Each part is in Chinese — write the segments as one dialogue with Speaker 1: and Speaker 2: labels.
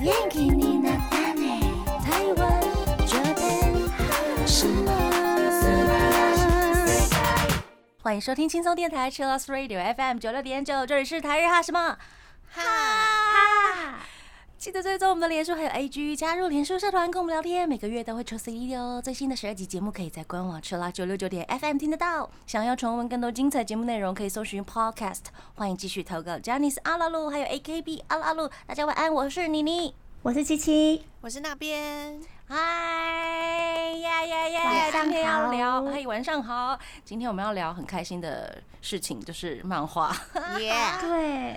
Speaker 1: 元気になったね台湾这边什么？
Speaker 2: 欢迎收听轻松电台 Chillus Radio FM 九六点九，这里是台日哈什么哈哈。记得追踪我们的脸书还有 IG，加入脸书社团跟我们聊天，每个月都会出 CD 哦。最新的十二集节目可以在官网 c h i l l 九六九点 FM 听得到。想要重温更多精彩节目内容，可以搜寻 Podcast。欢迎继续投稿 j a n i c e 阿拉路还有 AKB 阿拉路，大家晚安，我是妮妮。
Speaker 3: 我是七七，
Speaker 4: 我是那 边，
Speaker 2: 嗨呀呀呀！
Speaker 3: 晚上
Speaker 2: 今天要聊，
Speaker 3: 好
Speaker 2: 嘿，晚上好。今天我们要聊很开心的事情，就是漫画。
Speaker 4: 耶、
Speaker 3: 对，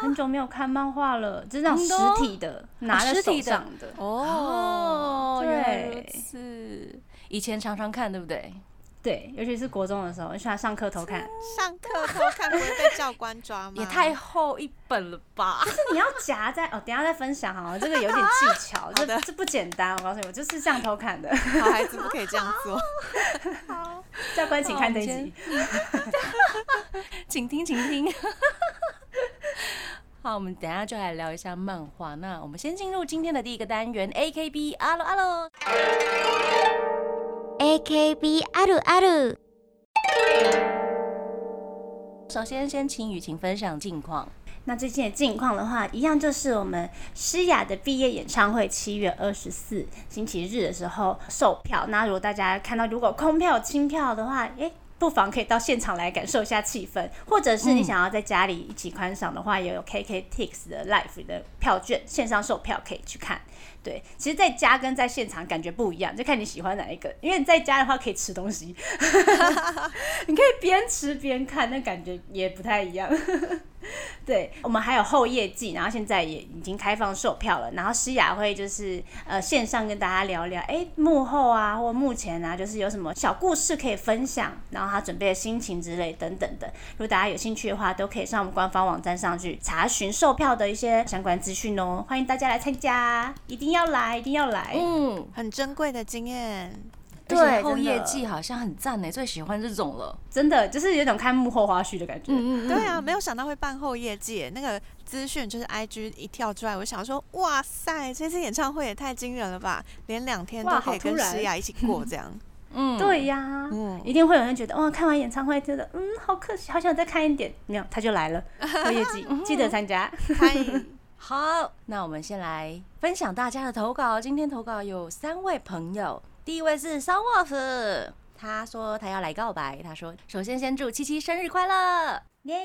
Speaker 3: 很久没有看漫画了，就是那种
Speaker 2: 嗯
Speaker 3: 实
Speaker 2: 哦
Speaker 3: 体的，拿在
Speaker 2: 实
Speaker 3: 手
Speaker 2: 体的
Speaker 3: 上的。
Speaker 2: 哦
Speaker 3: 对
Speaker 2: 原来如此。以前常常看，对不对？
Speaker 3: 对，尤其是国中的时候，很喜欢上课偷看。
Speaker 4: 上课偷看不会被教官抓吗？
Speaker 2: 也 太厚一本了吧？
Speaker 3: 这你要夹在哦，等一下再分享好了，这个有点技巧，这
Speaker 4: 的
Speaker 3: 这不简单。我告诉你，我就是这样偷看的。
Speaker 4: 好孩子不可以这样 做。
Speaker 3: 教官， 请看这一
Speaker 2: 好我们
Speaker 3: 集。
Speaker 2: 请听，请听。 好，我们等一下就来聊一下漫画。那我们先进入今天的第一个单元，AKB 阿鲁阿鲁。
Speaker 1: AKB あるある
Speaker 2: 首先，先请雨晴分享近况。
Speaker 3: 那最近的近况的话，一样就是我们诗雅的毕业演唱会，七月二十四星期日的时候售票。那如果大家看到如果空票、清票的话，诶、不妨可以到现场来感受一下气氛，或者是你想要在家里一起观赏的话，也有 KKTix 的 Live 的票券线上售票可以去看。对，其实在家跟在现场感觉不一样，就看你喜欢哪一个。因为你在家的话可以吃东西， 你可以边吃边看，那感觉也不太一样。 对，我们还有后夜季，然后现在也已经开放售票了。然后诗雅会就是呃线上跟大家聊聊，哎，幕后啊或幕前啊，就是有什么小故事可以分享，然后她准备的心情之类等等的。如果大家有兴趣的话，都可以上我们官方网站上去查询售票的一些相关资讯哦。欢迎大家来参加，一定要来，一定要来。
Speaker 2: 嗯，
Speaker 4: 很珍贵的经验，
Speaker 3: 而且
Speaker 2: 后
Speaker 3: 真的
Speaker 2: 业绩好像很赞呢，最喜欢这种了。
Speaker 3: 真的就是有种看幕后花絮的感觉。
Speaker 2: 嗯
Speaker 4: 对啊，没有想到会办后业界，那个资讯就是 IG 一跳出来，我想说，哇塞，这次演唱会也太惊人了吧，连两天
Speaker 3: 哇
Speaker 4: 都可以
Speaker 3: 好突
Speaker 4: 跟
Speaker 3: 然
Speaker 4: 诗雅一起过这 样，
Speaker 2: 嗯，
Speaker 3: 对呀、
Speaker 4: 嗯
Speaker 3: 一定会有人觉得哇，看完演唱会觉得嗯，好可惜，好想再看一点。没有，他就来 了，我业绩
Speaker 2: 嗯
Speaker 3: 记得参加。
Speaker 4: 嗨，
Speaker 2: 好，那我们先来分享大家的投稿。今天投稿有三位朋友，第一位是 s o w o l f 他说他要来告白。他说，首先先祝七七生日快乐。
Speaker 3: 耶！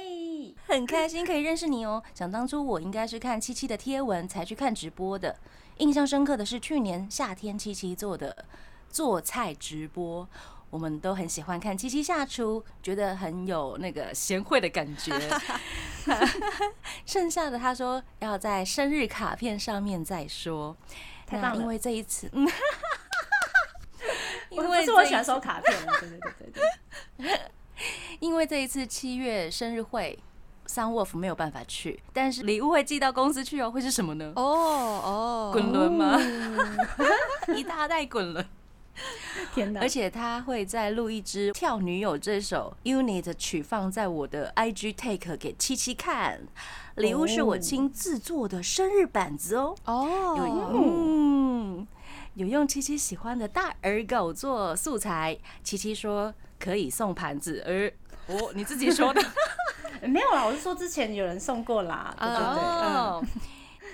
Speaker 2: 很开心可以认识你哦。想当初我应该是看七七的贴文才去看直播的，印象深刻的是去年夏天七七做的做菜直播。我们都很喜欢看七七下厨，觉得很有那个贤惠的感 觉。剩下的他说要在生日卡片上面再说。
Speaker 3: 太棒了
Speaker 2: 那因为这一 次， 嗯，
Speaker 3: 我
Speaker 2: 因
Speaker 3: 不
Speaker 2: 为
Speaker 3: 是我
Speaker 2: 这一
Speaker 3: 喜欢
Speaker 2: 次
Speaker 3: 收卡片 啊，对对对对对。
Speaker 2: 因为这一次七月生日会。三 wolf 没有办法去，但是礼物会寄到公司去哦，会是什么呢？
Speaker 4: 哦哦，
Speaker 2: 滚轮 吗？一大袋滚轮，
Speaker 3: 天哪！
Speaker 2: 而且他会再录一支《跳女友》这首 UNI 的曲放在我的 IG take 给七七看，礼物是我亲自做的生日板子哦，有
Speaker 4: 哦，
Speaker 2: 嗯，有用七七喜欢的大耳狗做素材，七七说可以送盘子，而哦你自己说的，
Speaker 3: 呃没有啦，我是说之前有人送过啦，对对对。嗯
Speaker 2: 哦，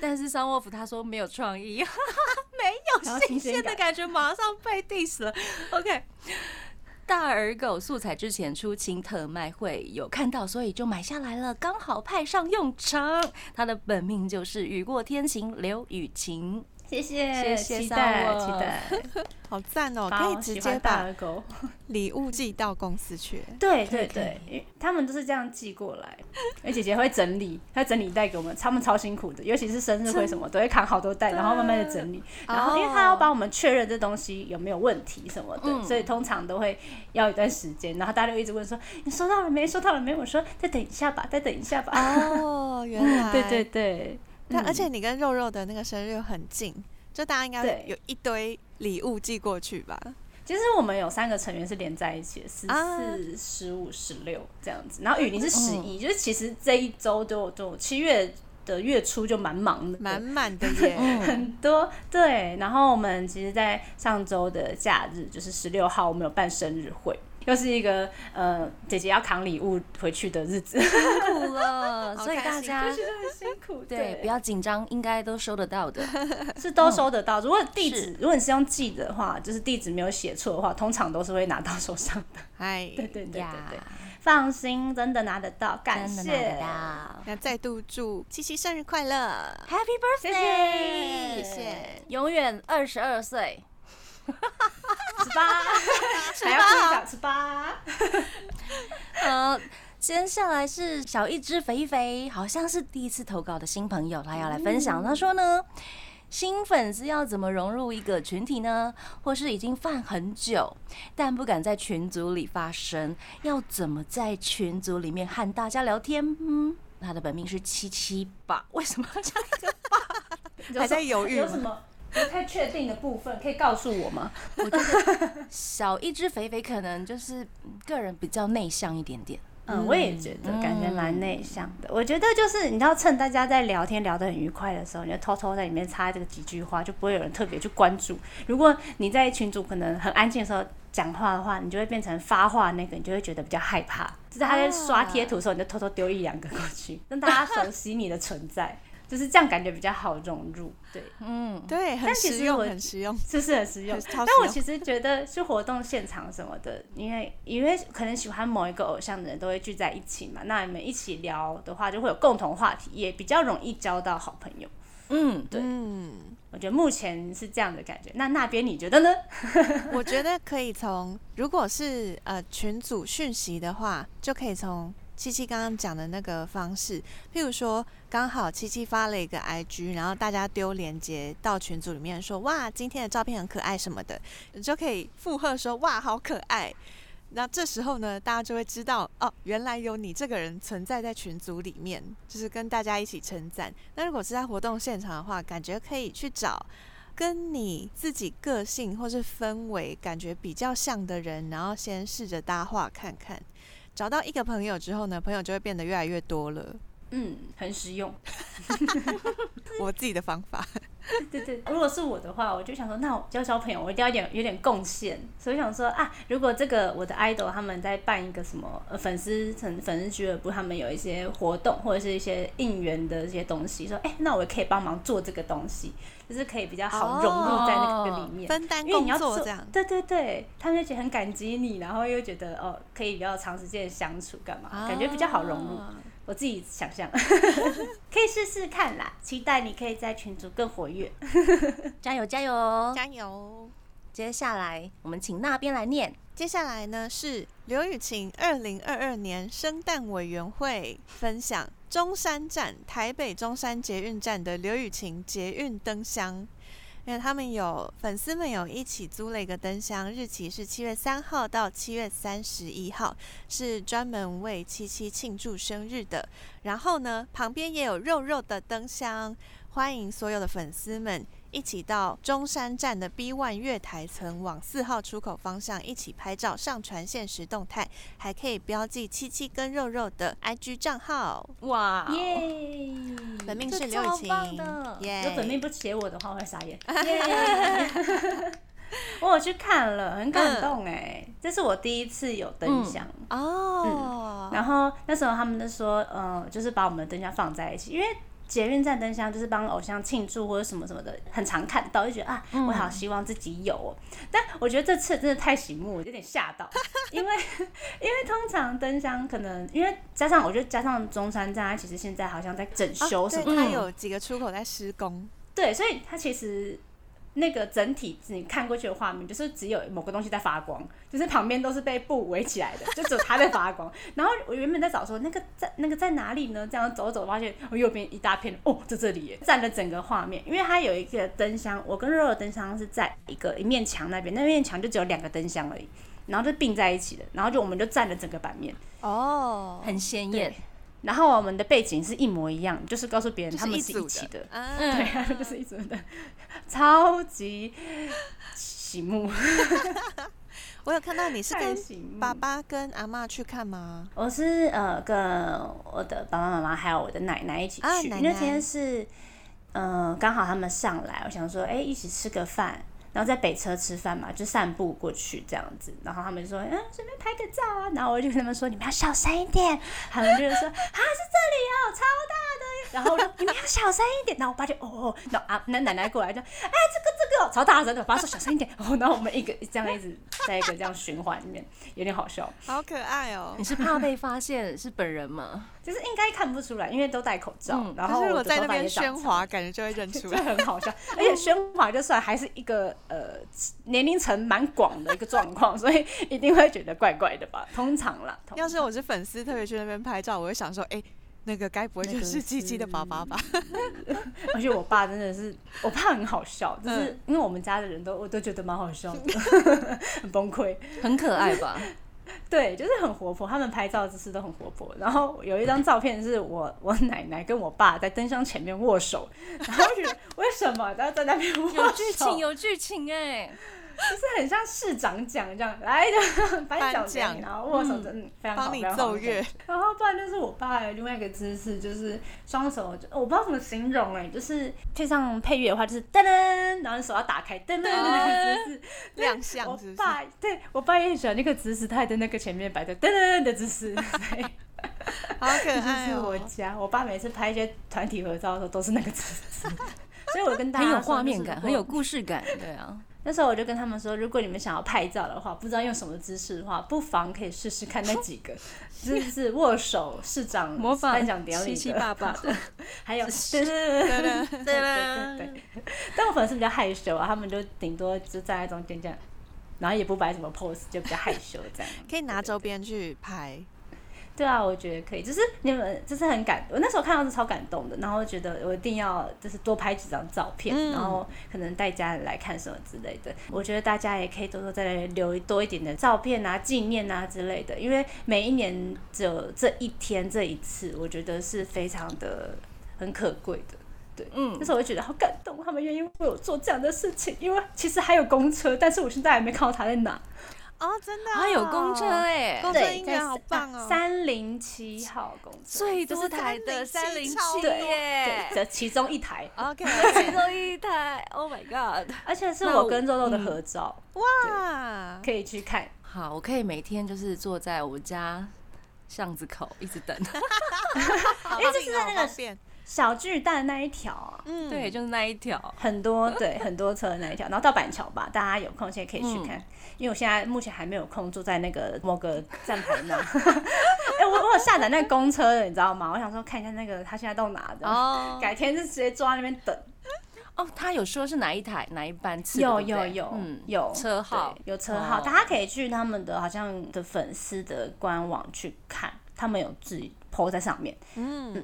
Speaker 2: 但是桑沃夫他说没有创意， 没
Speaker 3: 然
Speaker 2: 有
Speaker 3: 后
Speaker 2: 新
Speaker 3: 新鲜
Speaker 2: 鲜的
Speaker 3: 感
Speaker 2: 感觉，马上被 diss 了。OK，大耳狗素材之前出清特卖会有看到，所以就买下来了，刚好派上用场。他的本命就是雨过天晴刘雨晴，
Speaker 3: 谢谢，
Speaker 2: 谢谢
Speaker 3: 期
Speaker 2: 上
Speaker 3: 待
Speaker 2: 我
Speaker 3: 期待，
Speaker 4: 好赞哦，
Speaker 3: 把
Speaker 4: 可以
Speaker 3: 我
Speaker 4: 直
Speaker 3: 喜
Speaker 4: 接
Speaker 3: 欢大
Speaker 4: 把
Speaker 3: 耳狗，
Speaker 4: 礼物寄到公司去，
Speaker 3: 对对对，因为他们都是这样寄过来， 而姐姐会整理，她整理一袋给我们，他们超辛苦的，哦尤其是生日会什么，都会扛好多袋，然后慢慢的整理，然后因为她要帮我们确认这东西有没有问题什么的，
Speaker 2: 嗯
Speaker 3: 所以通常都会要一段时间，然后大家就一直问说你收到了没？收到了没？我说再等一下吧，再等一下吧。
Speaker 4: 哦，原来，
Speaker 3: 对对对，
Speaker 4: 但
Speaker 3: 嗯
Speaker 4: 而且你跟肉肉的那个生日很近，就大家应该
Speaker 3: 对
Speaker 4: 有一堆礼物寄过去吧？
Speaker 3: 其实我们有三个成员是连在一起的，十
Speaker 4: 啊
Speaker 3: 四、嗯十五、十六这样子。然后雨林是十一、就是其实这一周都有都有七月的月初就蛮忙的，
Speaker 4: 满 满的耶，
Speaker 2: 嗯，
Speaker 3: 很多对。然后我们其实，在上周的假日，就是十六号，我们有办生日会，又是一个呃姐姐要扛礼物回去的日子，
Speaker 2: 辛苦 了，
Speaker 4: 好
Speaker 2: 所以
Speaker 4: 开
Speaker 2: 大
Speaker 4: 心
Speaker 2: 家
Speaker 3: 很辛 苦。
Speaker 2: 对不要紧张，应该都收得到的。
Speaker 3: 是都收得到。如果地
Speaker 2: 是
Speaker 3: 址，如果嗯你是用寄的话，就是地址没有写错的话，通常都是会拿到手上的。
Speaker 4: 哎，
Speaker 3: 对对对对对
Speaker 2: 呀，
Speaker 3: 放心，真的拿得到，感
Speaker 2: 真的拿
Speaker 3: 谢
Speaker 2: 得。到
Speaker 4: 那再度祝七七生日快乐，
Speaker 2: ，Happy Birthday，
Speaker 3: 谢
Speaker 4: 谢谢，
Speaker 2: 永远二十二岁。
Speaker 3: 十 八，还要故意讲十八。
Speaker 2: 呃，接下来是小一只肥肥，好像是第一次投稿的新朋友，他要来分享。他说呢，新粉丝要怎么融入一个群体呢？或是已经放很久，但不敢在群组里发声，要怎么在群组里面和大家聊天？嗯，他的本命是七七吧？为什么要这样？
Speaker 4: 还在犹豫
Speaker 3: 有什
Speaker 4: 吗
Speaker 3: 么不太确定的部分可以告诉我吗？
Speaker 2: 小一只肥肥可能就是嗯个人比较内向一点点。
Speaker 3: 嗯，我也觉得感觉蛮内向的。我觉得就是你知道，趁大家在聊天聊得很愉快的时候，你就偷偷在里面插这个几句话，就不会有人特别去关注。如果你在群组可能很安静的时候讲话的话，你就会变成发话那个，你就会觉得比较害怕。就是他在刷贴图的时候，你就偷偷丢一两个过去，让大家熟悉你的存在，就是这样感觉比较好融入。对。
Speaker 2: 嗯，
Speaker 4: 对，很
Speaker 3: 但其
Speaker 4: 实
Speaker 3: 实
Speaker 4: 用，
Speaker 3: 我
Speaker 4: 很实用，
Speaker 3: 是不是很实用？
Speaker 4: 超实用
Speaker 3: 但我其实觉得去活动现场什么的，因为因为可能喜欢某一个偶像的人都会聚在一起嘛，那你们一起聊的话，就会有共同话题，也比较容易交到好朋友。
Speaker 2: 嗯，
Speaker 3: 对
Speaker 4: 嗯，
Speaker 3: 我觉得目前是这样的感觉。那那边你觉得呢？
Speaker 4: 我觉得可以从，如果是呃群组讯息的话，就可以从七七刚刚讲的那个方式，譬如说刚好七七发了一个 IG，然后大家丢链接到群组里面说哇今天的照片很可爱什么的，你就可以附和说哇好可爱。那这时候呢，大家就会知道哦，原来有你这个人存在在群组里面，就是跟大家一起称赞。那如果是在活动现场的话，感觉可以去找跟你自己个性或是氛围感觉比较像的人，然后先试着搭话看看。找到一个朋友之后呢，朋友就会变得越来越多了。
Speaker 3: 嗯，很实用。
Speaker 4: 我自己的方法，
Speaker 3: 对对，如果是我的话，我就想说，那我交交朋友，我一定要有点有点贡献，所以我想说啊，如果这个我的 idol 他们在办一个什么呃粉丝粉粉丝俱乐部，他们有一些活动或者是一些应援的一些东西，说哎，那我也可以帮忙做这个东西，就是可以比较好融入在那个里面。
Speaker 4: 哦分担
Speaker 3: 因为
Speaker 4: 工
Speaker 3: 你要
Speaker 4: 作
Speaker 3: 做
Speaker 4: 这样。
Speaker 3: 对对对，他们就觉得很感激你，然后又觉得哦，可以比较长时间的相处，干嘛？感觉比较好融入。
Speaker 4: 啊
Speaker 3: 我自己想象， 可以试试看啦，期待你可以在群组更活跃。
Speaker 2: 加油加油！
Speaker 4: 加油！
Speaker 2: 接下来我们请那边来念。
Speaker 4: 接下来呢是刘雨晴二零二二年生诞委员会分享中山站台北中山捷运站的刘雨晴捷运灯箱，因为他们有粉丝们有一起租了一个灯箱，日期是七月三号到七月三十一号，是专门为七七庆祝生日的。然后呢，旁边也有肉肉的灯箱，欢迎所有的粉丝们一起到中山站的 B One 月台层往四号出口方向一起拍照，上传现实动态，还可以标记七七跟肉肉的 IG 账号。
Speaker 2: 哇
Speaker 3: 耶！
Speaker 4: 本命
Speaker 2: 这
Speaker 4: 是刘雨
Speaker 2: 超
Speaker 4: 晴
Speaker 2: 棒的，
Speaker 4: 耶、
Speaker 3: 如果本命不写我的话，我会傻眼。 我有去看了，很感动哎、
Speaker 4: 嗯
Speaker 3: 这是我第一次有灯箱。
Speaker 4: 哦，
Speaker 3: 然后那时候他们就说，嗯、就是把我们的灯箱放在一起，因为捷运站灯箱就是帮偶像庆祝或者什么什么的，很常看到，就觉得啊，
Speaker 4: 嗯
Speaker 3: 我好希望自己有、哦。但我觉得这次真的太醒目，我有点吓 到，因为因为通常灯箱可能因为加上我觉得加上中山站，它其实现在好像在整
Speaker 4: 啊
Speaker 3: 修什么的
Speaker 4: 对，它
Speaker 2: 嗯
Speaker 4: 有几个出口在施工，
Speaker 3: 对，所以它其实那个整体你看过去的画面，就是只有某个东西在发光，就是旁边都是被布围起来的，就只有它在发光。然后我原本在找说那个在那个在哪里呢？这样走走，发现我右边一大片哦，在这里耶，占了整个画面。因为它有一个灯箱，我跟肉肉的灯箱是在一个一面墙那边，那面墙就只有两个灯箱而已。然后就并在一起的，然后就我们就占了整个版面，
Speaker 4: 哦，
Speaker 2: 很鲜艳
Speaker 3: 对。然后我们的背景是一模一样，就是告诉别人他们是一起的，
Speaker 4: 啊
Speaker 3: 对啊，不是一组的，超级醒目。
Speaker 4: 我有看到你是
Speaker 3: 太
Speaker 4: 跟
Speaker 3: 醒
Speaker 4: 爸
Speaker 3: 目
Speaker 4: 爸跟阿嬷去看吗？
Speaker 3: 我是呃跟我的爸爸妈妈还有我的奶奶一起去，
Speaker 4: 啊奶奶
Speaker 3: 那天是呃刚好他们上来，我想说哎、一起吃个饭，然后在北车吃饭嘛，就散步过去这样子，然后他们就说嗯随便拍个照啊，然后我就跟他们说你们要小声一点，他们就是说啊是这里哦超大的，然后我说你们要小声一点，然后我爸就哦哦，然后啊那奶奶过来就哎这个这个哦超大声的，我爸说小声一点，哦然后我们一个这样一直在一个这样循环里面，有点好笑。
Speaker 4: 好可爱哦
Speaker 3: 嗯
Speaker 2: 你！是怕被发现是本人吗？
Speaker 3: 就是应该看不出来，因为都戴口罩，
Speaker 2: 嗯
Speaker 3: 然
Speaker 4: 可
Speaker 3: 后
Speaker 4: 是如
Speaker 3: 我
Speaker 4: 果
Speaker 3: 的
Speaker 4: 在
Speaker 3: 头
Speaker 4: 那
Speaker 3: 发
Speaker 4: 边
Speaker 3: 也
Speaker 4: 喧
Speaker 3: 长
Speaker 4: 哗，感觉就会认出
Speaker 3: 就
Speaker 4: 来。
Speaker 3: 很好笑，而且喧哗就算还是一个呃年龄层蛮广的一个状况，所以一定会觉得怪怪的 吧？通常啦，通
Speaker 4: 要是我是粉丝，特别去那边拍照，我会想说，哎、那个该不会就
Speaker 3: 那个
Speaker 4: 是鸡鸡的爸爸吧？
Speaker 3: 而且我爸真的是，我爸很好笑，就是
Speaker 4: 嗯
Speaker 3: 因为我们家的人都我都觉得蛮好笑的， 很崩溃。
Speaker 2: 很可爱吧？
Speaker 3: 对，就是很活泼，他们拍照的姿势都很活泼。然后有一张照片是我 我奶奶跟我爸在灯箱前面握手，然后我觉得 为什么他在那边握手？
Speaker 2: 有剧情，有剧情哎、
Speaker 3: 是很像市长奖这样，来的 颁奖给
Speaker 4: 颁奖
Speaker 3: 你然后握
Speaker 2: 嗯
Speaker 3: 手，真的非常好，
Speaker 4: 帮你
Speaker 3: 非常好
Speaker 4: 奏乐。
Speaker 3: 然后不然就是我爸有另外一个姿势，就是双手，我不知道怎么形容哎、就是配上配乐的话，就是噔噔，然后手要打开，噔噔噔
Speaker 2: 啊
Speaker 3: 的姿势。
Speaker 4: 亮相
Speaker 3: 我
Speaker 4: 是不是？
Speaker 3: 爸对我爸也很喜欢那个姿势，他还在那个前面摆着噔噔的 姿势。对，
Speaker 4: 好可
Speaker 3: 这
Speaker 4: 爱
Speaker 2: 哎
Speaker 3: 是
Speaker 4: 哦、
Speaker 3: 我家，我爸每次拍一些团体合照的时候都是那个姿势。 所以我跟大家
Speaker 2: 很有
Speaker 3: 说
Speaker 2: 画面
Speaker 3: 就是
Speaker 2: 感，
Speaker 3: 我
Speaker 2: 很有故事 感，对啊。
Speaker 3: 那时候我就跟他们说，如果你们想要拍照的话，不知道用什么姿势的话，不妨可以试试看那几 个，就是握手、市长
Speaker 2: 模仿
Speaker 3: 颁奖典礼的
Speaker 2: 七七八 八的，
Speaker 3: 还有对对对对对对 对。但我粉丝比较害羞啊，他们就顶多就站在中间这样，然后也不摆什么 pose，就比较害羞这样。
Speaker 4: 可以拿周边去拍，
Speaker 3: 对啊，我觉得可以，就是你们就是很感，我那时候看到是超感动的，然后觉得我一定要就是多拍几张照片，
Speaker 4: 嗯
Speaker 3: 然后可能带家人来看什么之类的。我觉得大家也可以多多再来留多一点的照片啊、纪念啊之类的，因为每一年只有这一天这一次，我觉得是非常的很可贵的。
Speaker 2: 嗯
Speaker 3: 那，时候我就觉得好感动，他们愿意为我做这样的事情，因为其实还有公车，但是我现在还没看到他在哪。
Speaker 4: 哦，真的、哦，
Speaker 2: 还有公车哎、
Speaker 4: 公车
Speaker 3: 对，
Speaker 4: 应该好棒哦、
Speaker 3: 三零七号公车，
Speaker 2: 最多台
Speaker 4: 这
Speaker 2: 的
Speaker 4: 是307
Speaker 2: 307
Speaker 4: 超
Speaker 3: 多
Speaker 2: 耶哦
Speaker 3: 对，，这其中一台，
Speaker 4: OK，
Speaker 2: 其中一台，Oh my God！
Speaker 3: 而且是
Speaker 2: 那我
Speaker 3: 我跟肉肉的合照，
Speaker 4: 嗯哇，
Speaker 3: 可以去看。
Speaker 2: 好，我可以每天就是坐在我家巷子口一 直等，
Speaker 4: 好
Speaker 3: 因为
Speaker 4: 方
Speaker 3: 就
Speaker 4: 便
Speaker 3: 是在那
Speaker 4: 哦
Speaker 3: 个
Speaker 4: 好方便
Speaker 3: 小巨蛋那一条啊，
Speaker 4: 嗯，
Speaker 2: 对，，就是那一条。
Speaker 3: 很多对很多车的那一条，然后到板桥吧，大家有空现在可以去看，因为我现在目前还没有空住在那个某个站牌那。 哎、我我有下载那个公车的，你知道吗？我想说看一下那个他现在到哪的，
Speaker 2: 哦
Speaker 3: 改天就直接坐在那边等。
Speaker 2: 哦，他有说是哪一台哪一班次的？
Speaker 3: 有
Speaker 2: 对不
Speaker 3: 有
Speaker 2: 对
Speaker 3: 有
Speaker 2: 嗯，
Speaker 3: 有
Speaker 2: 车号
Speaker 3: 对有车号，
Speaker 2: 哦
Speaker 3: 大家可以去他们的好像的粉丝的官网去看，他们有自己 PO 在上面，
Speaker 4: 嗯，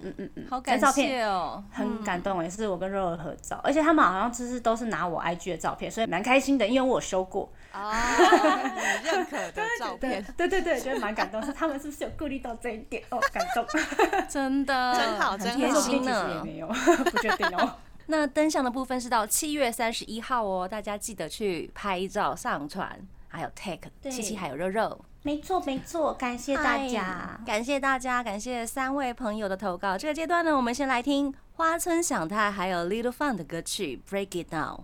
Speaker 2: 好感
Speaker 3: 照
Speaker 2: 谢
Speaker 3: 片
Speaker 2: 哦，
Speaker 3: 很感动也是我跟肉肉合照，而且他们好像就是都是拿我 IG 的照片，所以蛮开心的，因为我有修过，
Speaker 4: 哦， 你认可的照
Speaker 3: 对
Speaker 4: 片，
Speaker 3: 对对对，觉得蛮感动，是他们是不是有顾虑到这一点？ 哦，感动，
Speaker 2: 真的，
Speaker 4: 真好
Speaker 2: 很
Speaker 4: 真
Speaker 2: 贴
Speaker 4: 好
Speaker 3: 说不
Speaker 2: 心
Speaker 3: 定其实也
Speaker 2: 呢。
Speaker 3: 没有， 不确定哦。
Speaker 2: 那灯箱的部分是到七月三十一号哦，大家记得去拍照上传，还有 tag
Speaker 3: 对
Speaker 2: 七七还有肉肉。
Speaker 3: 没错没错，感谢大家
Speaker 2: 嗨，感谢大家，感谢三位朋友的投稿。这个阶段呢，我们先来听花村响太还有 Little Fun 的歌曲《Break It Down》。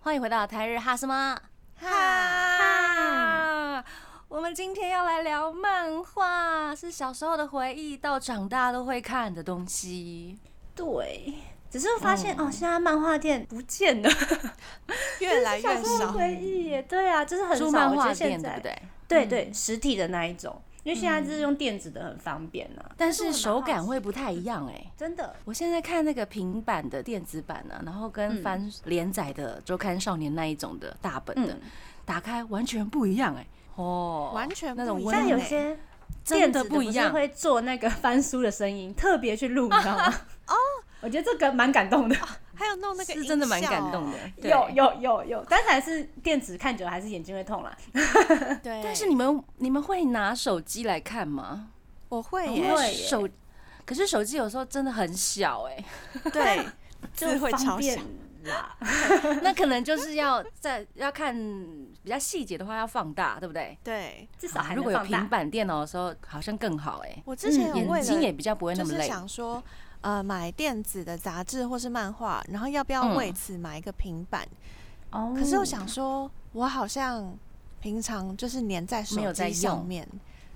Speaker 2: 欢迎回到台日哈什么
Speaker 4: 哈，
Speaker 2: 哈？我们今天要来聊漫画，是小时候的回忆到长大都会看的东西。
Speaker 3: 对。只是我发现、哦，现在漫画店不 见了，
Speaker 4: 越来越
Speaker 3: 小时
Speaker 4: 少
Speaker 3: 候，回忆耶，对啊，就是很少。
Speaker 2: 租漫
Speaker 3: 我觉
Speaker 2: 画
Speaker 3: 得
Speaker 2: 店对不嗯
Speaker 3: 现在
Speaker 2: 对？
Speaker 3: 对对，实体的那一种，因为现在就是用电子的很方便啊，
Speaker 2: 但是手感会不太一样哎、
Speaker 3: 真的。
Speaker 2: 我现在看那个平板的电子版呢、然后跟翻连载的周刊少年那一种的大本的，
Speaker 3: 嗯
Speaker 2: 打开完全不一样哎、哦，
Speaker 4: 完全不
Speaker 2: 那种
Speaker 4: 一
Speaker 2: 温度
Speaker 3: 像有
Speaker 4: 样欸
Speaker 3: 些
Speaker 2: 真
Speaker 3: 电
Speaker 2: 的
Speaker 3: 子
Speaker 2: 不
Speaker 3: 是
Speaker 2: 一样，
Speaker 3: 会做那个哦翻书的声音， 特别去录，你知道 吗？哦，我觉得这个蛮感动的，
Speaker 4: 还有弄那个哦
Speaker 2: 是真的蛮感动
Speaker 4: 的，
Speaker 2: 的。哦对
Speaker 3: 有，有有有，但是还是电子看久了还是眼睛会 痛啦。
Speaker 4: 对，
Speaker 2: 但是你们你们会拿手机来看吗？
Speaker 4: 我会
Speaker 3: 我
Speaker 4: 耶，
Speaker 3: 会耶
Speaker 2: 手，可是手机有时候真的很小哎、
Speaker 4: 对，
Speaker 3: 就
Speaker 4: 字会
Speaker 3: 方
Speaker 4: 超
Speaker 3: 便
Speaker 4: 小，
Speaker 3: 啦。
Speaker 2: 那可能就是要在要看比较细节的话，要放大，对不对？
Speaker 4: 对
Speaker 3: 至少还
Speaker 2: 啊如
Speaker 3: 能
Speaker 2: 果有
Speaker 3: 放大
Speaker 2: 平。板电脑的时候，好像更好哎、
Speaker 4: 啊我之前有为
Speaker 2: 眼睛也
Speaker 4: 了
Speaker 2: 比较不会那
Speaker 4: 就
Speaker 2: 么
Speaker 4: 是
Speaker 2: 累。
Speaker 4: 想说，呃，买电子的杂志或是漫画，然后要不要
Speaker 2: 嗯
Speaker 4: 为此买一个平板？
Speaker 3: 哦
Speaker 4: 可是 我想说，我好像平常就是粘在
Speaker 2: 没有
Speaker 4: 手
Speaker 2: 在
Speaker 4: 机上
Speaker 2: 用
Speaker 4: 面，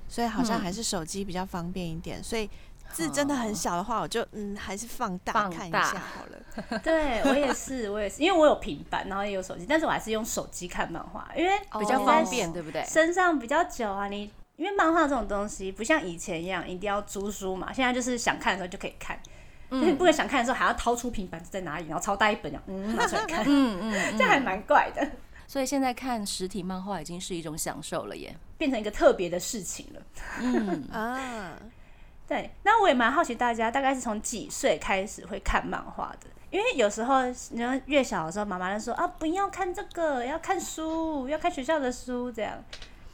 Speaker 4: 所以好
Speaker 2: 嗯
Speaker 4: 像还是手机比较方便一点。所以字真的很
Speaker 2: 哦
Speaker 4: 小的话，我就嗯还是放大
Speaker 2: 放
Speaker 4: 看一
Speaker 2: 大
Speaker 4: 下好了。
Speaker 3: 对我也是，我也是，因为我有平板，然后也有手机，但是我还是用手机看漫画，因为
Speaker 2: 比较
Speaker 4: 哦
Speaker 2: 方便，对不对？
Speaker 3: 身上比较久啊，你因为漫画这种东西不像以前一样一定要租书嘛，现在就是想看的时候就可以看，
Speaker 2: 嗯
Speaker 3: 就是你不能想看的时候还要掏出平板在哪里，然后超大一本这样，嗯，拿出 来看，
Speaker 2: 嗯嗯，
Speaker 3: 这还蛮怪的，
Speaker 2: 所以现在看实体漫画已经是一种享受了耶。
Speaker 3: 变成一个特别的事情了。
Speaker 2: 嗯，
Speaker 4: 啊，
Speaker 3: 对，那我也蛮好奇大家大概是从几岁开始会看漫画的？因为有时候，你知道越小的时候，妈妈就说啊，不要看这个，要看书，要看学校的书这样。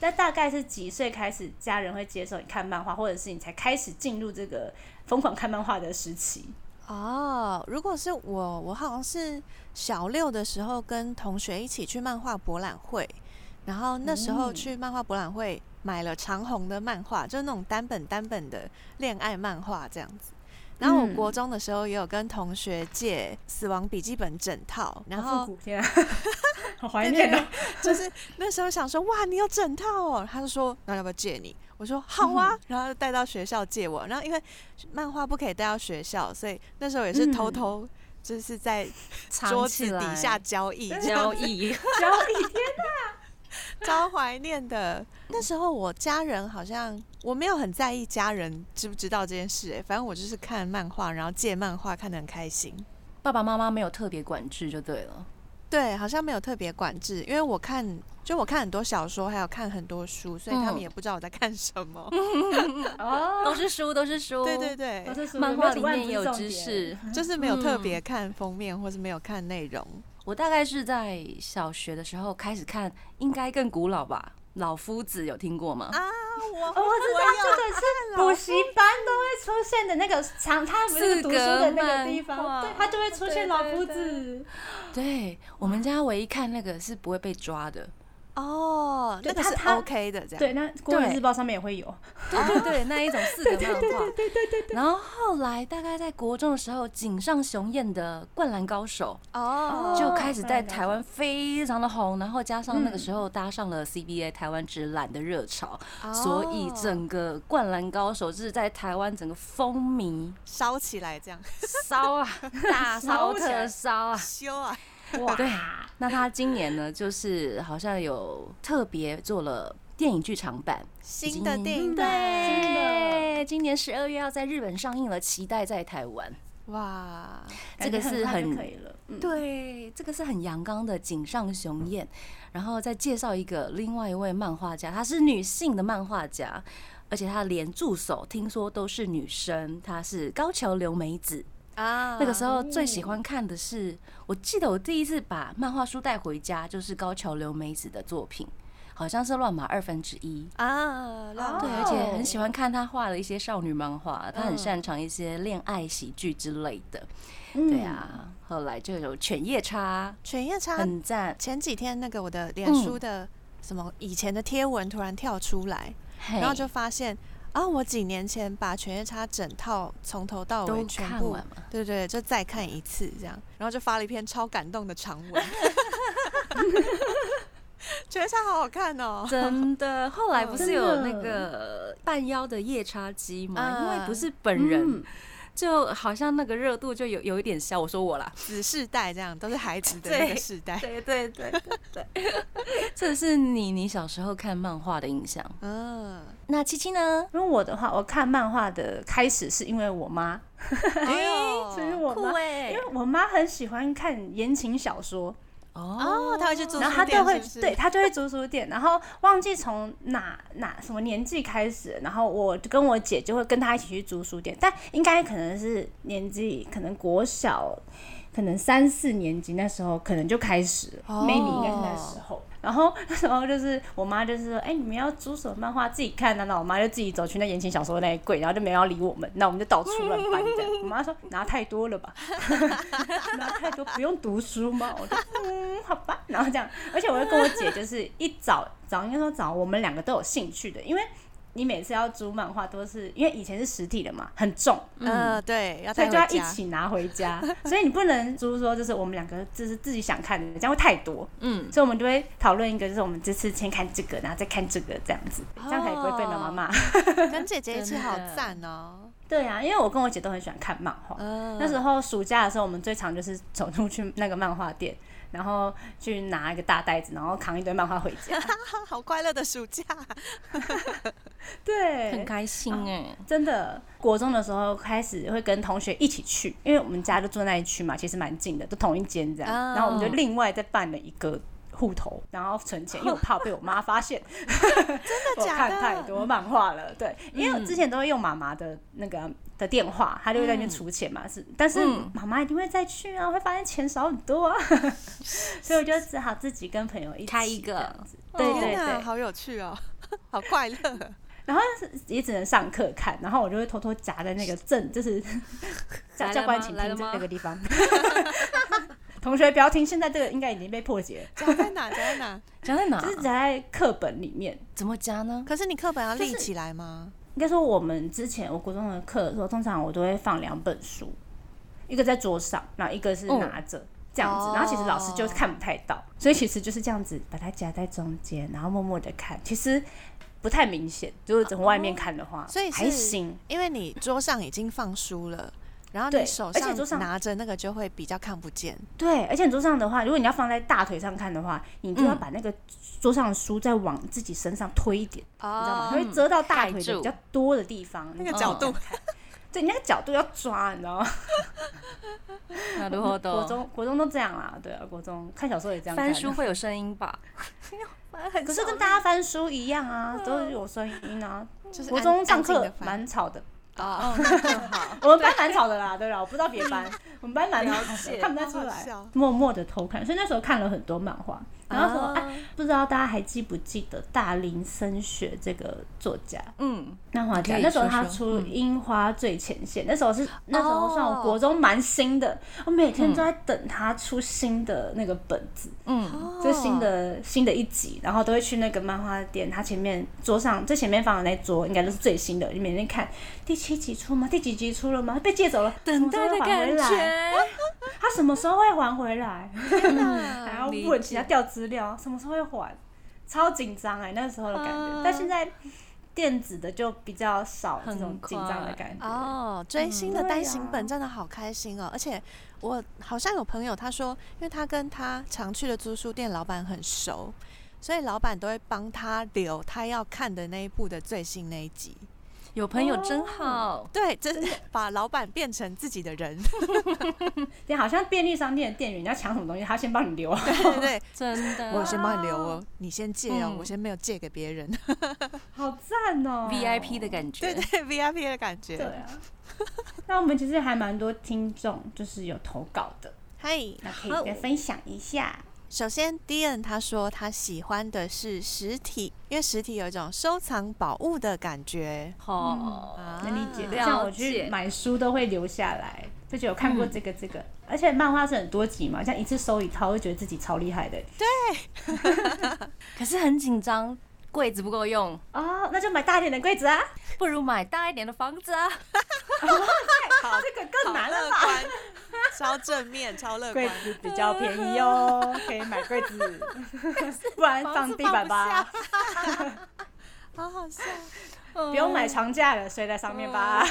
Speaker 3: 那大概是几岁开始，家人会接受你看漫画，或者是你才开始进入这个疯狂看漫画的时期？
Speaker 4: 哦，如果是我，我好像是小六的时候跟同学一起去漫画博览会，然后那时候去漫画博览会买了长虹的漫画，就是那种单本单本的恋爱漫画这样子。然后我国中的时候也有跟同学借《死亡笔记本》整套，然
Speaker 3: 好
Speaker 4: 后
Speaker 3: 复古天 啊，好怀念哦。
Speaker 4: 就是那时候想说，哇，你有整套哦。他就说，那要不要借你？我说好啊，
Speaker 2: 嗯
Speaker 4: 然后就带到学校借我。然后因为漫画不可以带到学校，所以那时候也是偷
Speaker 3: 嗯
Speaker 4: 偷就是在
Speaker 2: 藏
Speaker 4: 桌
Speaker 2: 起
Speaker 4: 子底
Speaker 2: 来
Speaker 4: 下交易，这
Speaker 2: 交
Speaker 4: 样
Speaker 2: 易
Speaker 3: 然后一天，
Speaker 4: 超怀念的。那时候我家人好像我没有很在意家人知不知道这件事、哎，反正我就是看漫画，然后借漫画看得很开心。
Speaker 2: 爸爸妈妈没有特别管制就对了。
Speaker 4: 对，好像没有特别管制，因为我看就我看很多小说，还有看很多书，所以他们
Speaker 2: 嗯
Speaker 4: 也不知道我在看什么。
Speaker 3: 哦
Speaker 2: 都是书，都是书。
Speaker 4: 对对对，
Speaker 3: 对
Speaker 2: 哦漫画里面也有知。识。
Speaker 4: 就是没有特别看封面，或是没有看内容。
Speaker 2: 我大概是在小学的时候开始看，应该更古老吧，《老夫子》有听过吗？
Speaker 4: 我
Speaker 3: 哦，我知道这
Speaker 4: 有
Speaker 3: 个是补习班都会出现的那个长，他们不是读书的那个地
Speaker 2: 四格漫画
Speaker 3: 方，对，他就会出现老夫子，
Speaker 2: 对我们家唯一看那个是不会被抓的。
Speaker 4: 哦，
Speaker 3: 对
Speaker 4: 那个
Speaker 3: 他
Speaker 4: 是
Speaker 3: 他
Speaker 4: OK 的，这样
Speaker 3: 对，那《国语日报》上面也会有，
Speaker 2: 对对对，那一种四格漫画。啊 对对对然后后来大概在国中的时候，井上雄彦的《灌篮高手
Speaker 4: 哦》
Speaker 2: 就开始在
Speaker 3: 灌篮高手
Speaker 2: 台湾非常的红，然后加上
Speaker 3: 嗯
Speaker 2: 那个时候搭上了 CBA 台湾直男的热潮，所以
Speaker 3: 哦
Speaker 2: 整个《灌篮高手》是在台湾整个风 靡
Speaker 4: 烧起来这样
Speaker 2: 烧啊，大 烧
Speaker 3: 烧起
Speaker 2: 特
Speaker 3: 来
Speaker 2: 烧啊！
Speaker 4: 修啊，
Speaker 3: 哇，
Speaker 2: 对那他今年呢，就是好像有特别做了电影剧场版，
Speaker 4: 新的电影
Speaker 3: 哎
Speaker 4: 版
Speaker 2: 对，今年十二月要在日本上映了，期待在台湾。
Speaker 4: 哇，
Speaker 2: 这个是
Speaker 3: 感觉很快就可
Speaker 2: 很
Speaker 3: 以了，嗯，
Speaker 2: 对，这个是很阳刚的井上雄彦，然后再介绍一个另外一位漫画家，她是女性的漫画家，而且她连助手听说都是女生，她是高桥留美子。
Speaker 4: 啊
Speaker 2: 那个时候最喜欢看的是，我记得我第一次把漫画书带回家，就是高桥留美子的作品，好像是《乱马二分之一》。
Speaker 4: 啊，浪
Speaker 2: 对，
Speaker 4: 漫
Speaker 2: 而且很喜欢看她画的一些少女漫画，她很
Speaker 4: 嗯
Speaker 2: 擅长一些恋爱喜剧之类的。
Speaker 1: 嗯
Speaker 2: 对啊，后来就有《犬夜叉
Speaker 4: 犬夜》，叉
Speaker 2: 很赞，
Speaker 4: 前几天那个我的脸书的什么以前的贴文突然跳出来，
Speaker 2: 然
Speaker 4: 然后就发现啊，我几年前把《犬夜叉》整套从头到尾
Speaker 2: 都
Speaker 4: 全
Speaker 2: 看
Speaker 4: 部
Speaker 2: 完 嘛，
Speaker 4: 对对，就再看一次这样，然后就发了一篇超感动的长文，觉得它好好看哦。
Speaker 2: 真的。后来不是有
Speaker 3: 真的
Speaker 2: 那个半腰的夜叉姬吗？
Speaker 4: 嗯
Speaker 2: 因为不是本
Speaker 3: 嗯
Speaker 2: 人，就好像那个热度就有有一点小。我说我啦，
Speaker 4: 子世代这样都是孩子的那个
Speaker 2: 对
Speaker 4: 世代，
Speaker 2: 对对对对对，这是你你小时候看漫画的印象。
Speaker 4: 嗯，
Speaker 2: 那七七呢？
Speaker 3: 因为我的话，我看漫画的开始是因为我妈，
Speaker 4: 哎
Speaker 3: 就是我
Speaker 2: 酷
Speaker 3: 妈，
Speaker 2: 哎
Speaker 3: 因为我妈很喜欢看言情小说，
Speaker 2: 哦
Speaker 4: 哦，他会去住
Speaker 3: 然后她就
Speaker 4: 书店，
Speaker 3: 会
Speaker 4: 是不是
Speaker 3: 对，她就会租书店，然后忘记从哪哪什么年纪开始，然后我就跟我姐就会跟她一起去租书店，但应该可能是年纪可能国小，可能三四年级那时候可能就开始了、
Speaker 4: 哦
Speaker 3: m a y b e 应该是那时候。然后那时候就是我妈就是说，哎、你们要租什么漫画自己看啊？那我妈就自己走去那言情小说那一柜，然后就没有要理我们，那我们就到处乱翻这样。我妈说拿太多了吧，拿太多不用读书吗？我说嗯，好吧。然后这样，而且我就跟我姐就是一早早应该说早，我们两个都有兴趣的，因为。你每次要租漫画都是因为以前是实体的嘛，很重，
Speaker 4: 嗯，对，要
Speaker 3: 啊所
Speaker 4: 带
Speaker 3: 以
Speaker 4: 回
Speaker 3: 就要一
Speaker 4: 家。
Speaker 3: 起拿回家， 所以你不能租说就是我们两个就是自己想看的，这样会太多，
Speaker 2: 嗯，
Speaker 3: 所以我们就会讨论一个就是我们这次先看这个，然后再看这个这样子，
Speaker 4: 哦
Speaker 3: 这样才不会被妈妈
Speaker 2: 哦
Speaker 3: 骂。
Speaker 4: 跟姐姐一起
Speaker 2: 真的
Speaker 4: 好赞哦。
Speaker 3: 对啊，因为我跟我姐都很喜欢看漫画，
Speaker 4: 嗯，
Speaker 3: 那时候暑假的时候，我们最常就是走路去那个漫画店，然后去拿一个大袋子，然后扛一堆漫画回 家。
Speaker 4: 候好快乐的暑 假，
Speaker 2: 很
Speaker 3: 对，
Speaker 2: 开心哎、
Speaker 3: 真的，国中的时候开始会跟同学一起去，因为我们家就住那一区嘛，其实蛮近的，都同一间这样。
Speaker 4: 哦
Speaker 3: 然后我们就另外再办了一个户头，然后存 钱，因为我怕被我妈发现。
Speaker 4: 真的
Speaker 3: 我
Speaker 4: 假
Speaker 3: 看
Speaker 4: 的？
Speaker 3: 太多漫画了，对，因为我之前都会用妈妈的那个的电话，她就会在那边储钱嘛，是，但是
Speaker 2: 嗯
Speaker 3: 妈妈一定会再去啊，会发现钱少很多啊， 所以我就只好自己跟朋友一起
Speaker 2: 开一个
Speaker 3: 这样子，对对
Speaker 4: 天哪
Speaker 3: 对，
Speaker 4: 好有趣哦， 好快乐。
Speaker 3: 然后也只能上课看，然后我就会偷偷夹在那个正就是
Speaker 2: 来
Speaker 3: 教
Speaker 2: 了
Speaker 3: 教官
Speaker 2: 吗
Speaker 3: 请
Speaker 2: 来
Speaker 3: 听
Speaker 2: 了吗
Speaker 3: 这个地方。 同学不要听，现在这个应该已经被破解了，
Speaker 4: 夹在哪？夹在哪？
Speaker 2: 夹在哪
Speaker 3: 就？是夹在课本里面，
Speaker 2: 怎么夹 呢？
Speaker 4: 可是你课本要立
Speaker 3: 就是
Speaker 4: 起来吗？
Speaker 3: 应该说，我们之前我国中的课的时候，通常我都会放两本书，一个在桌上，然后一个是
Speaker 2: 哦
Speaker 3: 拿着、这样子
Speaker 4: 哦。
Speaker 3: 然后其实老师就看不太到，所以其实就是这样子把它夹在中间，然后默默的看，其实不太明显。如果从
Speaker 2: 哦
Speaker 3: 外面看的话，
Speaker 4: 所以是
Speaker 3: 还行。
Speaker 4: 因为你桌上已经放书了，然后你
Speaker 3: 对
Speaker 4: 手
Speaker 3: 而且桌上
Speaker 4: 拿着那个就会比较看不见。
Speaker 3: 对，而且你桌上的话，如果你要放在大腿上看的话，你就要
Speaker 2: 嗯
Speaker 3: 把那个桌上的书再往自己身上推一点，你知道吗？它
Speaker 4: 哦，
Speaker 3: 会遮到大腿
Speaker 2: 盖
Speaker 3: 的
Speaker 2: 住
Speaker 3: 比较多的地方，
Speaker 4: 那
Speaker 3: 你
Speaker 4: 个角
Speaker 3: 才能
Speaker 4: 度
Speaker 3: 看。对，你那个角度要抓，你知道吗？
Speaker 2: 那如何
Speaker 3: 国
Speaker 2: 的？
Speaker 3: 中国中都这样啦，对啊，国中看小说也这样看
Speaker 2: 翻书，会有声音吧？
Speaker 3: 可是跟大家翻书一样
Speaker 2: 嗯
Speaker 3: 啊，都有声音啊。
Speaker 4: 就是
Speaker 3: 国
Speaker 4: 安
Speaker 3: 中上
Speaker 4: 安静地
Speaker 3: 课
Speaker 4: 翻
Speaker 3: 蛮吵的，
Speaker 4: 哦，那更好。
Speaker 3: 我们班蛮吵的啦，对啦，我不知道别 班，我们班蛮吵
Speaker 4: 了解
Speaker 3: 的，看不太出
Speaker 4: 好好
Speaker 3: 来
Speaker 4: 笑，
Speaker 3: 默默的偷看，所以那时候看了很多漫画。然后
Speaker 4: 哦
Speaker 3: 说、哎，不知道大家还记不记得大林森雪这个作家？
Speaker 2: 嗯，
Speaker 3: 漫画家
Speaker 2: 可以
Speaker 3: 那时候
Speaker 2: 说
Speaker 3: 他
Speaker 2: 说
Speaker 4: 嗯
Speaker 3: 出《樱花最前线》那时候是那时候算
Speaker 4: 哦
Speaker 3: 我国中蛮新的，我每天
Speaker 4: 嗯
Speaker 3: 都在等他出新的那个本子，
Speaker 2: 嗯
Speaker 3: 就是新的新的一集，然后都会去那个漫画店，它前面桌上最前面放的那桌应该都是最新的，你每天看第七集出吗？第几集出了吗？被借走了，
Speaker 2: 等待的
Speaker 3: 什么时候会还
Speaker 2: 感
Speaker 3: 回来，
Speaker 2: 觉，
Speaker 3: 他什么时候会还回来？
Speaker 2: 嗯
Speaker 3: 还要
Speaker 2: 理
Speaker 3: 问
Speaker 2: 解
Speaker 3: 其他调资料，什么时候会还？超紧张哎，那时候的感觉。
Speaker 2: 啊
Speaker 3: 但现在电子的就比较少这种
Speaker 2: 很快
Speaker 3: 紧张的感觉。
Speaker 4: 哦，追星的
Speaker 3: 嗯对啊
Speaker 4: 单行本
Speaker 3: 呀
Speaker 4: 真的好开心哦！而且我好像有朋友他说，因为他跟他常去的租书店老板很熟，所以老板都会帮他留他要看的那一部的最新那一集。
Speaker 2: 有朋友真好。
Speaker 4: 对，这是把老板变成自己的 人，
Speaker 3: 对，好像便利商店的店员你要抢什么东西，他先帮你留。
Speaker 4: 对对对，
Speaker 2: 真
Speaker 3: 啊
Speaker 2: 的，
Speaker 4: 我先帮你留哦，你先借哦，
Speaker 2: 嗯
Speaker 4: 我先没有借给别人，
Speaker 3: 好赞哦、
Speaker 2: VIP 的感
Speaker 4: 对
Speaker 2: 觉
Speaker 4: 对。，VIP 的感
Speaker 3: 对
Speaker 4: 觉。
Speaker 3: 啊。 那我们其实还蛮多听众就是有投稿的，
Speaker 4: 嗨，
Speaker 3: 那可以再分享一下。
Speaker 4: 首先，Dian 他说他喜欢的是实体，因为实体有一种收藏宝物的感觉。
Speaker 2: 好，
Speaker 4: 啊
Speaker 3: 能理解，
Speaker 2: 了解
Speaker 3: 像我去买书都会留下来，就觉得有看过这个这个，而且漫画是很多集嘛，像一次收一套，会觉得自己超厉害的。
Speaker 2: 可是很紧张，柜子不够用，
Speaker 3: 哦，那就买大一点的柜子啊。
Speaker 2: 不如买大一点的房子 啊。
Speaker 3: 好，哎这个更难了
Speaker 4: 乐
Speaker 3: 吧？
Speaker 4: 观，超正面，超乐观
Speaker 3: 柜。子比较便宜哦， 可以买柜子， 不然放嗯地板吧，
Speaker 4: 好好笑，
Speaker 3: 不用买床架了，睡在上面吧。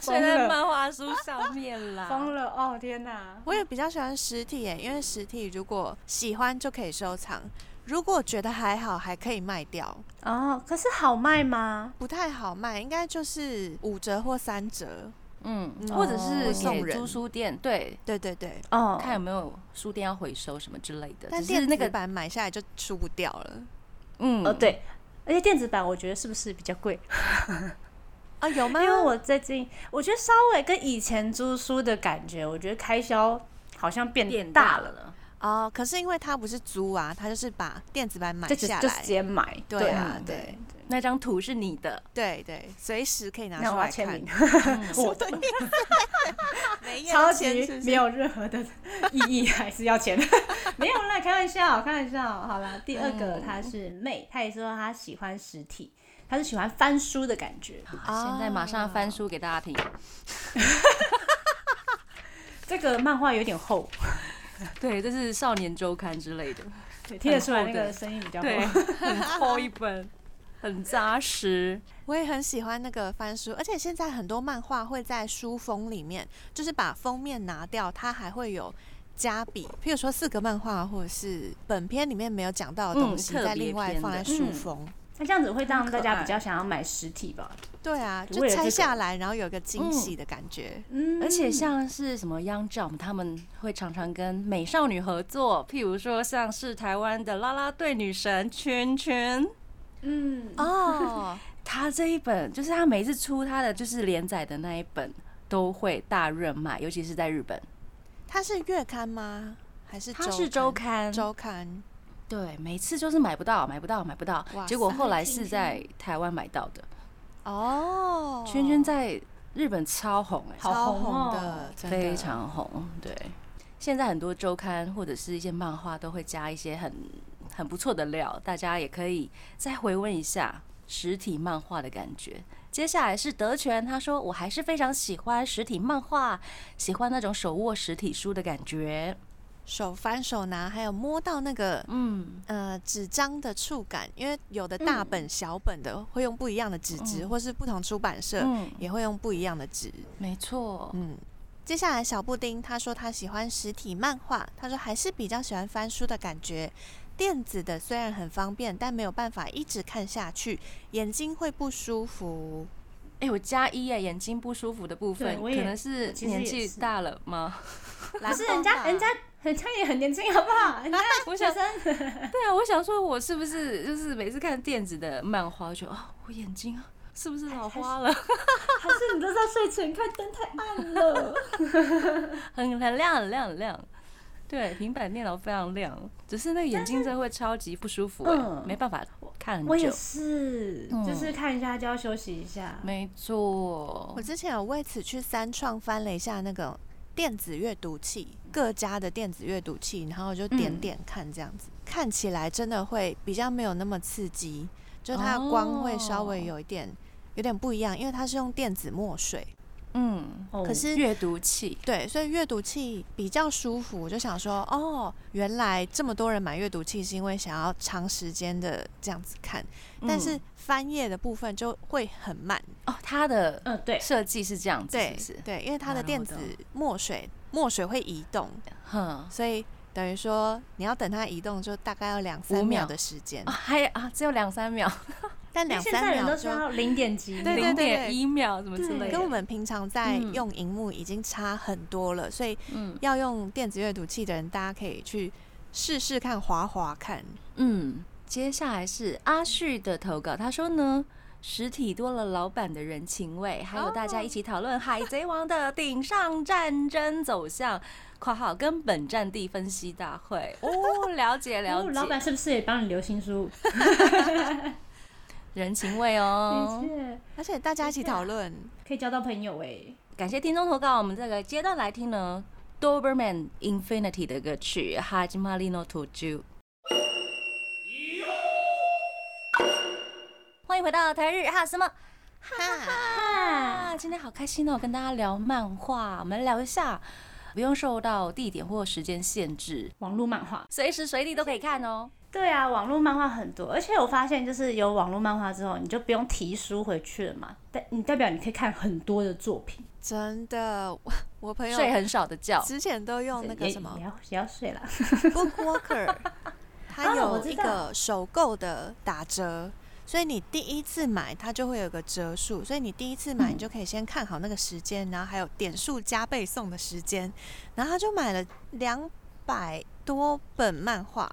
Speaker 2: 睡在漫画书上面啦。
Speaker 3: 疯了哦，天哪！
Speaker 4: 我也比较喜欢实体耶，因为实体如果喜欢就可以收藏，如果觉得还好还可以卖掉，
Speaker 3: 哦，可是好卖吗？
Speaker 4: 不太好卖，应该就是五折或三折。
Speaker 2: 嗯，
Speaker 4: 嗯
Speaker 2: 或者是
Speaker 4: 送
Speaker 2: 给
Speaker 4: 人
Speaker 2: 租书店，对，
Speaker 4: 对对对，
Speaker 3: 哦
Speaker 2: 看有没有书店要回收什么之类的。呃
Speaker 4: 但
Speaker 2: 只是
Speaker 4: 电
Speaker 2: 那
Speaker 4: 子
Speaker 2: 个，
Speaker 4: 版买下来就出不掉了。
Speaker 2: 嗯，
Speaker 3: 哦，对。而且电子版我觉得是不是比较贵？
Speaker 4: 啊，有吗
Speaker 3: 因？为我最近我觉得稍微跟以前租书的感觉，我觉得开销好像变
Speaker 2: 变
Speaker 3: 大
Speaker 2: 大
Speaker 3: 了。
Speaker 2: 了，
Speaker 4: 哦，可是因为他不是租啊，他就是把电子版买
Speaker 3: 就直
Speaker 4: 下
Speaker 3: 就直
Speaker 4: 来，
Speaker 3: 接买，
Speaker 4: 对
Speaker 3: 对
Speaker 4: 啊
Speaker 3: 嗯
Speaker 4: 对
Speaker 2: 那张图是你的，
Speaker 4: 对对，随时可以拿
Speaker 3: 那
Speaker 4: 出
Speaker 3: 我要
Speaker 4: 来
Speaker 3: 签
Speaker 4: 看，
Speaker 3: 名。
Speaker 4: 嗯
Speaker 3: 我的
Speaker 4: 没有
Speaker 3: 超
Speaker 4: 签
Speaker 3: 级
Speaker 4: 是不是
Speaker 3: 没有任何的意义，还是要钱？ 没有啦，开玩笑，开玩笑。好啦，第二个
Speaker 4: 嗯
Speaker 3: 她是妹，她也说她喜欢实体，她是喜欢翻书的感觉。
Speaker 4: 啊
Speaker 2: 现在马上翻书给大家听。
Speaker 3: 这个漫画有点厚，
Speaker 2: 对，这是少年周刊之类的，
Speaker 3: 对听得出来那
Speaker 2: 很
Speaker 3: 个
Speaker 2: 厚的
Speaker 3: 声音比较厚。
Speaker 2: 对，很厚一本，很扎实。
Speaker 4: 我也很喜欢那个翻书，而且现在很多漫画会在书封里面，就是把封面拿掉，它还会有加笔，譬如说四个漫画或者是本片里面没有讲到的东
Speaker 2: 嗯
Speaker 4: 西，
Speaker 2: 特别嗯
Speaker 4: 再另外放在书封。
Speaker 3: 那这样子会让大
Speaker 2: 很可
Speaker 3: 家
Speaker 2: 爱
Speaker 3: 比较想要买实体吧？
Speaker 4: 对啊，就
Speaker 3: 为了这
Speaker 4: 拆
Speaker 3: 个
Speaker 4: 下来，然后有一个惊喜的感觉。
Speaker 3: 嗯
Speaker 2: 而且像是什么 Young Jump，他们会常常跟美少女合作，譬如说像是台湾的啦啦队女神圈圈，
Speaker 3: 嗯，
Speaker 4: 哦，
Speaker 2: 她这一本就是她每一次出她的就是连载的那一本都会大热卖，尤其是在日本，
Speaker 4: 它是月刊吗？还是
Speaker 2: 它是周刊，
Speaker 4: 周刊
Speaker 2: 对，每次就是买不到，买不到，买不到
Speaker 4: 哇，
Speaker 2: 结果
Speaker 4: 塞
Speaker 2: 后来是在台湾买到的。
Speaker 4: 哦，
Speaker 2: 圈圈在日本超红哎、
Speaker 3: 好
Speaker 4: 超
Speaker 3: 红
Speaker 4: 红
Speaker 3: 哦
Speaker 4: 的，真的
Speaker 2: 非常红，对。现在很多周刊或者是一些漫画都会加一些很很不错的料，大家也可以再回温一下实体漫画的感觉。接下来是德全，他说我还是非常喜欢实体漫画，喜欢那种手握实体书的感觉。
Speaker 4: 手翻手拿，还有摸到那个
Speaker 2: 嗯，
Speaker 4: 呃纸张的触感，因为有的大
Speaker 3: 嗯
Speaker 4: 本、小本的会用不一样的纸
Speaker 3: 哦
Speaker 4: 质，或是不同出版社、
Speaker 2: 嗯
Speaker 4: 也会用不一样的纸。
Speaker 2: 没
Speaker 3: 哦
Speaker 2: 错，
Speaker 4: 嗯，接下来小布丁他说他喜欢实体漫画，他说还是比较喜欢翻书的感觉。电子的虽然很方便，但没有办法一直看下去，眼睛会不舒服。
Speaker 2: 哎、我加一哎，眼睛不舒服的部
Speaker 3: 对
Speaker 2: 分，
Speaker 3: 我
Speaker 2: 可
Speaker 3: 也
Speaker 2: 能是
Speaker 3: 其实
Speaker 2: 年
Speaker 3: 也
Speaker 2: 纪
Speaker 3: 是
Speaker 2: 大了吗？
Speaker 4: 可
Speaker 3: 可是人家人家人家也很年轻，好不 好？人家
Speaker 2: 我
Speaker 3: 学
Speaker 2: 想
Speaker 3: 生
Speaker 2: 对啊，我想说，我是不是就是每次看电子的漫画，我觉得哦，我眼睛是不是老花了？
Speaker 3: 还是你都在睡前看灯太暗了。
Speaker 2: 很很亮，很亮，很亮。对，平板电脑非常亮，只是那个眼睛真的会超级不舒服、欸，
Speaker 3: 嗯
Speaker 2: 没办法看很
Speaker 3: 我也
Speaker 2: 久。
Speaker 3: 是，
Speaker 4: 嗯
Speaker 3: 就是看一下就要休息一下。
Speaker 2: 没错
Speaker 4: 我，之前有为此去三创翻了一下那个电子阅读器，各家的电子阅读器，然后我就点点看这样子，看起来真的会比较没有那么刺激，就它的光会稍微有一点、有点不一样，因为它是用电子墨水，
Speaker 2: 嗯，
Speaker 3: 哦
Speaker 4: 可是。
Speaker 2: 阅读器，
Speaker 4: 对，所以阅读器比较舒服。我就想说，哦，原来这么多人买阅读器是因为想要长时间的这样子看，但是翻页的部分就会很慢。
Speaker 2: 嗯哦，它的
Speaker 3: 嗯，对，
Speaker 2: 设计是这样子，是
Speaker 4: 对
Speaker 2: 不是？
Speaker 4: 对，因为它的
Speaker 2: 然
Speaker 4: 电
Speaker 2: 后
Speaker 4: 子
Speaker 2: 的哦
Speaker 4: 墨水墨水会移动，
Speaker 2: 哼，啊、
Speaker 4: 所以等于说你要等它移动，就大概要两三秒
Speaker 2: 秒
Speaker 4: 的时间，
Speaker 2: 还啊，只有两三秒，
Speaker 4: 但两
Speaker 3: 现
Speaker 4: 三
Speaker 3: 在人
Speaker 4: 秒
Speaker 3: 都知
Speaker 4: 就
Speaker 3: 道零点几，
Speaker 4: 对
Speaker 2: 零点一秒什么之类
Speaker 4: 跟我
Speaker 2: 的。
Speaker 4: 们平常在
Speaker 2: 嗯
Speaker 4: 用荧幕已经差很多了，所以
Speaker 2: 嗯
Speaker 4: 要用电子阅读器的人，大家可以去试试看，滑滑看。
Speaker 2: 嗯，接下来是阿旭的投稿，他说呢，实体多了老板的人情味，还有大家一起讨论《海贼王》的顶上战争走向哦（括号跟本战地分析大会）。哦，了解了
Speaker 3: 哦，老板
Speaker 2: 解，
Speaker 3: 是不是也帮你留新书？
Speaker 2: 人情味哦
Speaker 3: 的。
Speaker 4: 嗯
Speaker 3: 确，
Speaker 4: 而且大家一起
Speaker 2: 啊
Speaker 4: 讨论，
Speaker 3: 可以交到朋友哎。
Speaker 2: 感谢听众投稿，我们这个阶段来听呢，Doberman Infinity 的歌曲《哈基玛利诺图จู》。欢迎回到台日哈什么？
Speaker 4: 哈，
Speaker 2: 啊，今天好开心哦，跟大家聊漫画，我们聊一下，不用受到地点或时间限制，
Speaker 3: 网络漫画，
Speaker 2: 随时随地都可以看哦。
Speaker 3: 对啊，网络漫画很多，而且我发现就是有网络漫画之后，你就不用提书回去了嘛，代你代表你可以看很多的作品，
Speaker 4: 真的，我 我朋友
Speaker 2: 睡很少的觉，
Speaker 4: 之前都用哦那个
Speaker 3: 也
Speaker 4: 什么
Speaker 3: 也要也要睡啦。
Speaker 4: Bookwalker，它
Speaker 3: 啊我
Speaker 4: 有
Speaker 3: 知
Speaker 4: 一
Speaker 3: 道
Speaker 4: 个首购的打折，所以你第一次买它就会有个折数，所以你第一次买你就可以先看好那个时间，然后还有点数加倍送的时间，然后他就买了两百多本漫画，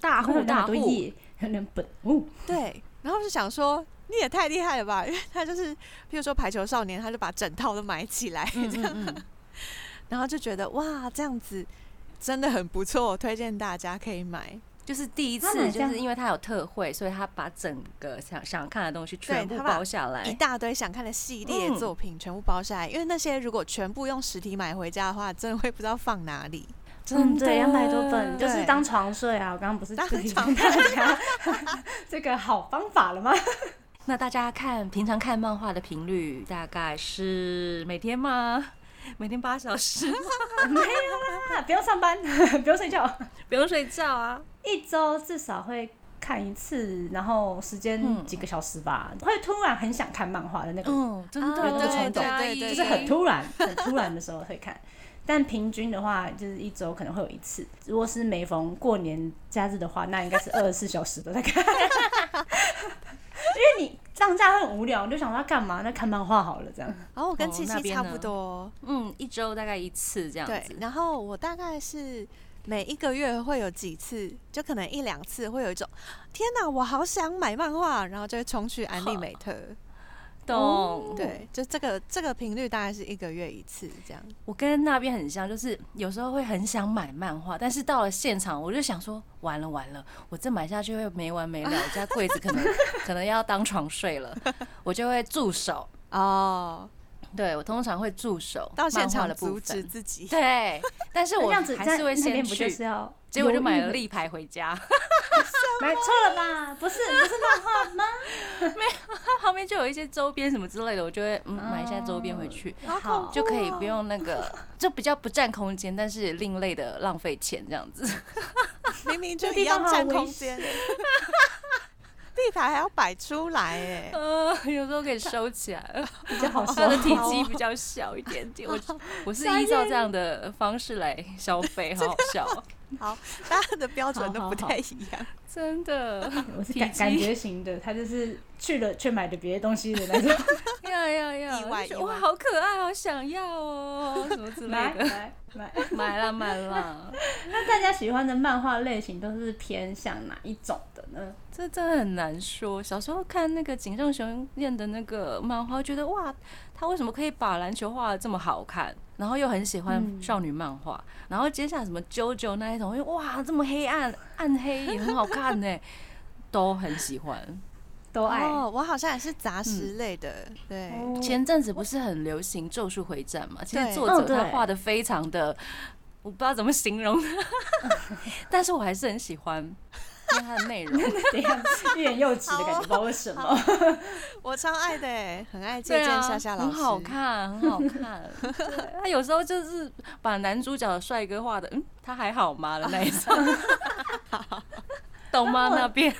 Speaker 2: 大 户
Speaker 3: 那
Speaker 2: 大
Speaker 3: 么多
Speaker 2: 户，
Speaker 3: 页，有点本哦，
Speaker 4: 对，然后我就想说。你也太厉害了吧！因为他就是，譬如说《排球少年》，他就把整套都买起来，
Speaker 2: 嗯嗯嗯，
Speaker 4: 然后就觉得哇，这样子真的很不错，我推荐大家可以买。
Speaker 2: 就是第一
Speaker 3: 他们
Speaker 2: 次，
Speaker 3: 好
Speaker 2: 就
Speaker 3: 像
Speaker 2: 是因为他有特惠，所以他把整个想想看的东西全部
Speaker 4: 他把
Speaker 2: 包下
Speaker 4: 一
Speaker 2: 来。
Speaker 4: 大堆想看的系列
Speaker 2: 嗯
Speaker 4: 作品全部包下来，因为那些如果全部用实体买回家的话，真的会不知道放哪里。
Speaker 3: 嗯，对，两百多本，
Speaker 4: 对
Speaker 3: 就是当床睡啊！我刚刚不是
Speaker 4: 当
Speaker 3: 推荐
Speaker 4: 床
Speaker 3: 大 家 这个好方法了吗？
Speaker 2: 那大家看平常看漫画的频率大概是每天吗？ 每天八小时，
Speaker 3: 没有
Speaker 4: 啊
Speaker 3: 啦， 不用上班，不用睡觉，
Speaker 2: 不用睡觉啊。
Speaker 3: 一周至少会看一次，然后时间
Speaker 2: 嗯
Speaker 3: 几个小时吧，会突然很想看漫画的那个，
Speaker 2: 嗯，真的，
Speaker 4: 啊
Speaker 3: 有这个冲动
Speaker 4: 对对对
Speaker 3: 就是很突然，很突然的时候会看。 但平均的话，就是一周可能会有一次。如果是每逢过年假日的话，那应该是二十四小时都在看， 因为你放假会很无聊，你就想说要干嘛？那看漫画好了，这样。
Speaker 4: 然后我跟
Speaker 2: 哦
Speaker 4: 七
Speaker 2: 那
Speaker 4: 七
Speaker 2: 边
Speaker 4: 差
Speaker 2: 呢
Speaker 4: 不多，
Speaker 2: 嗯，一周大概一次这样
Speaker 4: 对
Speaker 2: 子。。
Speaker 4: 然后我大概是每一个月会有几次，就可能一两次会有一种天哪，我好想买漫画，然后就会冲去安利美特。
Speaker 2: 懂。
Speaker 4: 对，就这个这个频率大概是一个月一次这样。
Speaker 2: 我跟那边很像，就是有时候会很想买漫画，但是到了现场，我就想说，完了完了，我这买下去会没完没了，我家柜子可能 可能要当床睡了，我就会住手。
Speaker 4: 哦，
Speaker 2: 对我通常会住手
Speaker 4: 到现
Speaker 2: 漫画
Speaker 4: 场
Speaker 2: 的部
Speaker 4: 阻止
Speaker 2: 分，
Speaker 4: 自 己。
Speaker 2: 对，但是
Speaker 3: 那
Speaker 2: 我
Speaker 3: 这样子
Speaker 2: 还
Speaker 3: 在
Speaker 2: 是会
Speaker 3: 那
Speaker 2: 先
Speaker 3: 边不就
Speaker 2: 去，
Speaker 3: 是要？
Speaker 2: 结果就买了，立牌回家，
Speaker 3: 买错了吧？不是，不是漫画 吗？
Speaker 2: 它旁边就有一些周边什么之类的，我就会嗯买一下周边回去。
Speaker 4: 好恐
Speaker 3: 好
Speaker 4: 怖
Speaker 2: 就可以
Speaker 4: 哦
Speaker 2: 不用那个， 就比较不占空间，但是另类的浪费钱这样子。
Speaker 4: 明明就
Speaker 3: 这
Speaker 4: 一
Speaker 3: 地方
Speaker 4: 样
Speaker 3: 好
Speaker 4: 占
Speaker 3: 危
Speaker 4: 空间， 地牌还要摆出来哎。
Speaker 2: 呃， 有时候可以收起来，
Speaker 3: 比较 好
Speaker 2: 它
Speaker 3: 说
Speaker 2: 的。体积比较小一点点。我我是依照这样的方式来消费， 好好笑哦，
Speaker 4: 好，大家的标准
Speaker 3: 好
Speaker 4: 都
Speaker 3: 好
Speaker 4: 不
Speaker 3: 好
Speaker 4: 太一样。
Speaker 2: 真的。
Speaker 3: 我是
Speaker 2: 体
Speaker 3: 感
Speaker 2: 积
Speaker 3: 感觉型的，他就是去了却买了别的东西的那种。
Speaker 2: 呀呀呀！
Speaker 4: 意外
Speaker 2: 就觉
Speaker 4: 意
Speaker 2: 得
Speaker 4: 外
Speaker 2: 哇，好可爱，好想要 哦，什么之类
Speaker 3: 买
Speaker 2: 的。
Speaker 3: 买买。
Speaker 2: 买了买了，
Speaker 3: 那大家喜欢的漫画类型都是偏向哪一种的呢？
Speaker 2: 这真的很难说。小时候看那个井上雄彦的那个漫画，觉得哇，他为什么可以把篮球画的这么好看？然后又很喜
Speaker 3: 嗯
Speaker 2: 欢少女漫画，然后接下来什么 JoJo 那一种，因为哇，这么黑暗暗黑也很好看呢，都很喜欢。
Speaker 3: 都爱。
Speaker 4: 哦，我好像也是杂食类的，对，
Speaker 3: 哦
Speaker 2: 前阵子不是很流行《咒术回战》嘛？其
Speaker 4: 对
Speaker 2: 实作
Speaker 3: 哦
Speaker 2: 者他
Speaker 3: 对
Speaker 2: 画的非常的，我不知道怎么形容， 但是我还是很喜欢，因为它的内容。
Speaker 3: 等一下，欲言又止的感觉，不知道为什么。
Speaker 4: 我超爱的哎，很爱借
Speaker 2: 对
Speaker 4: 鉴
Speaker 2: 啊，
Speaker 4: 夏夏老师。
Speaker 2: 很好，看，很好 看。对他有时候就是把男主角的帅哥画的，嗯，他还好吗的那一种，懂吗？那边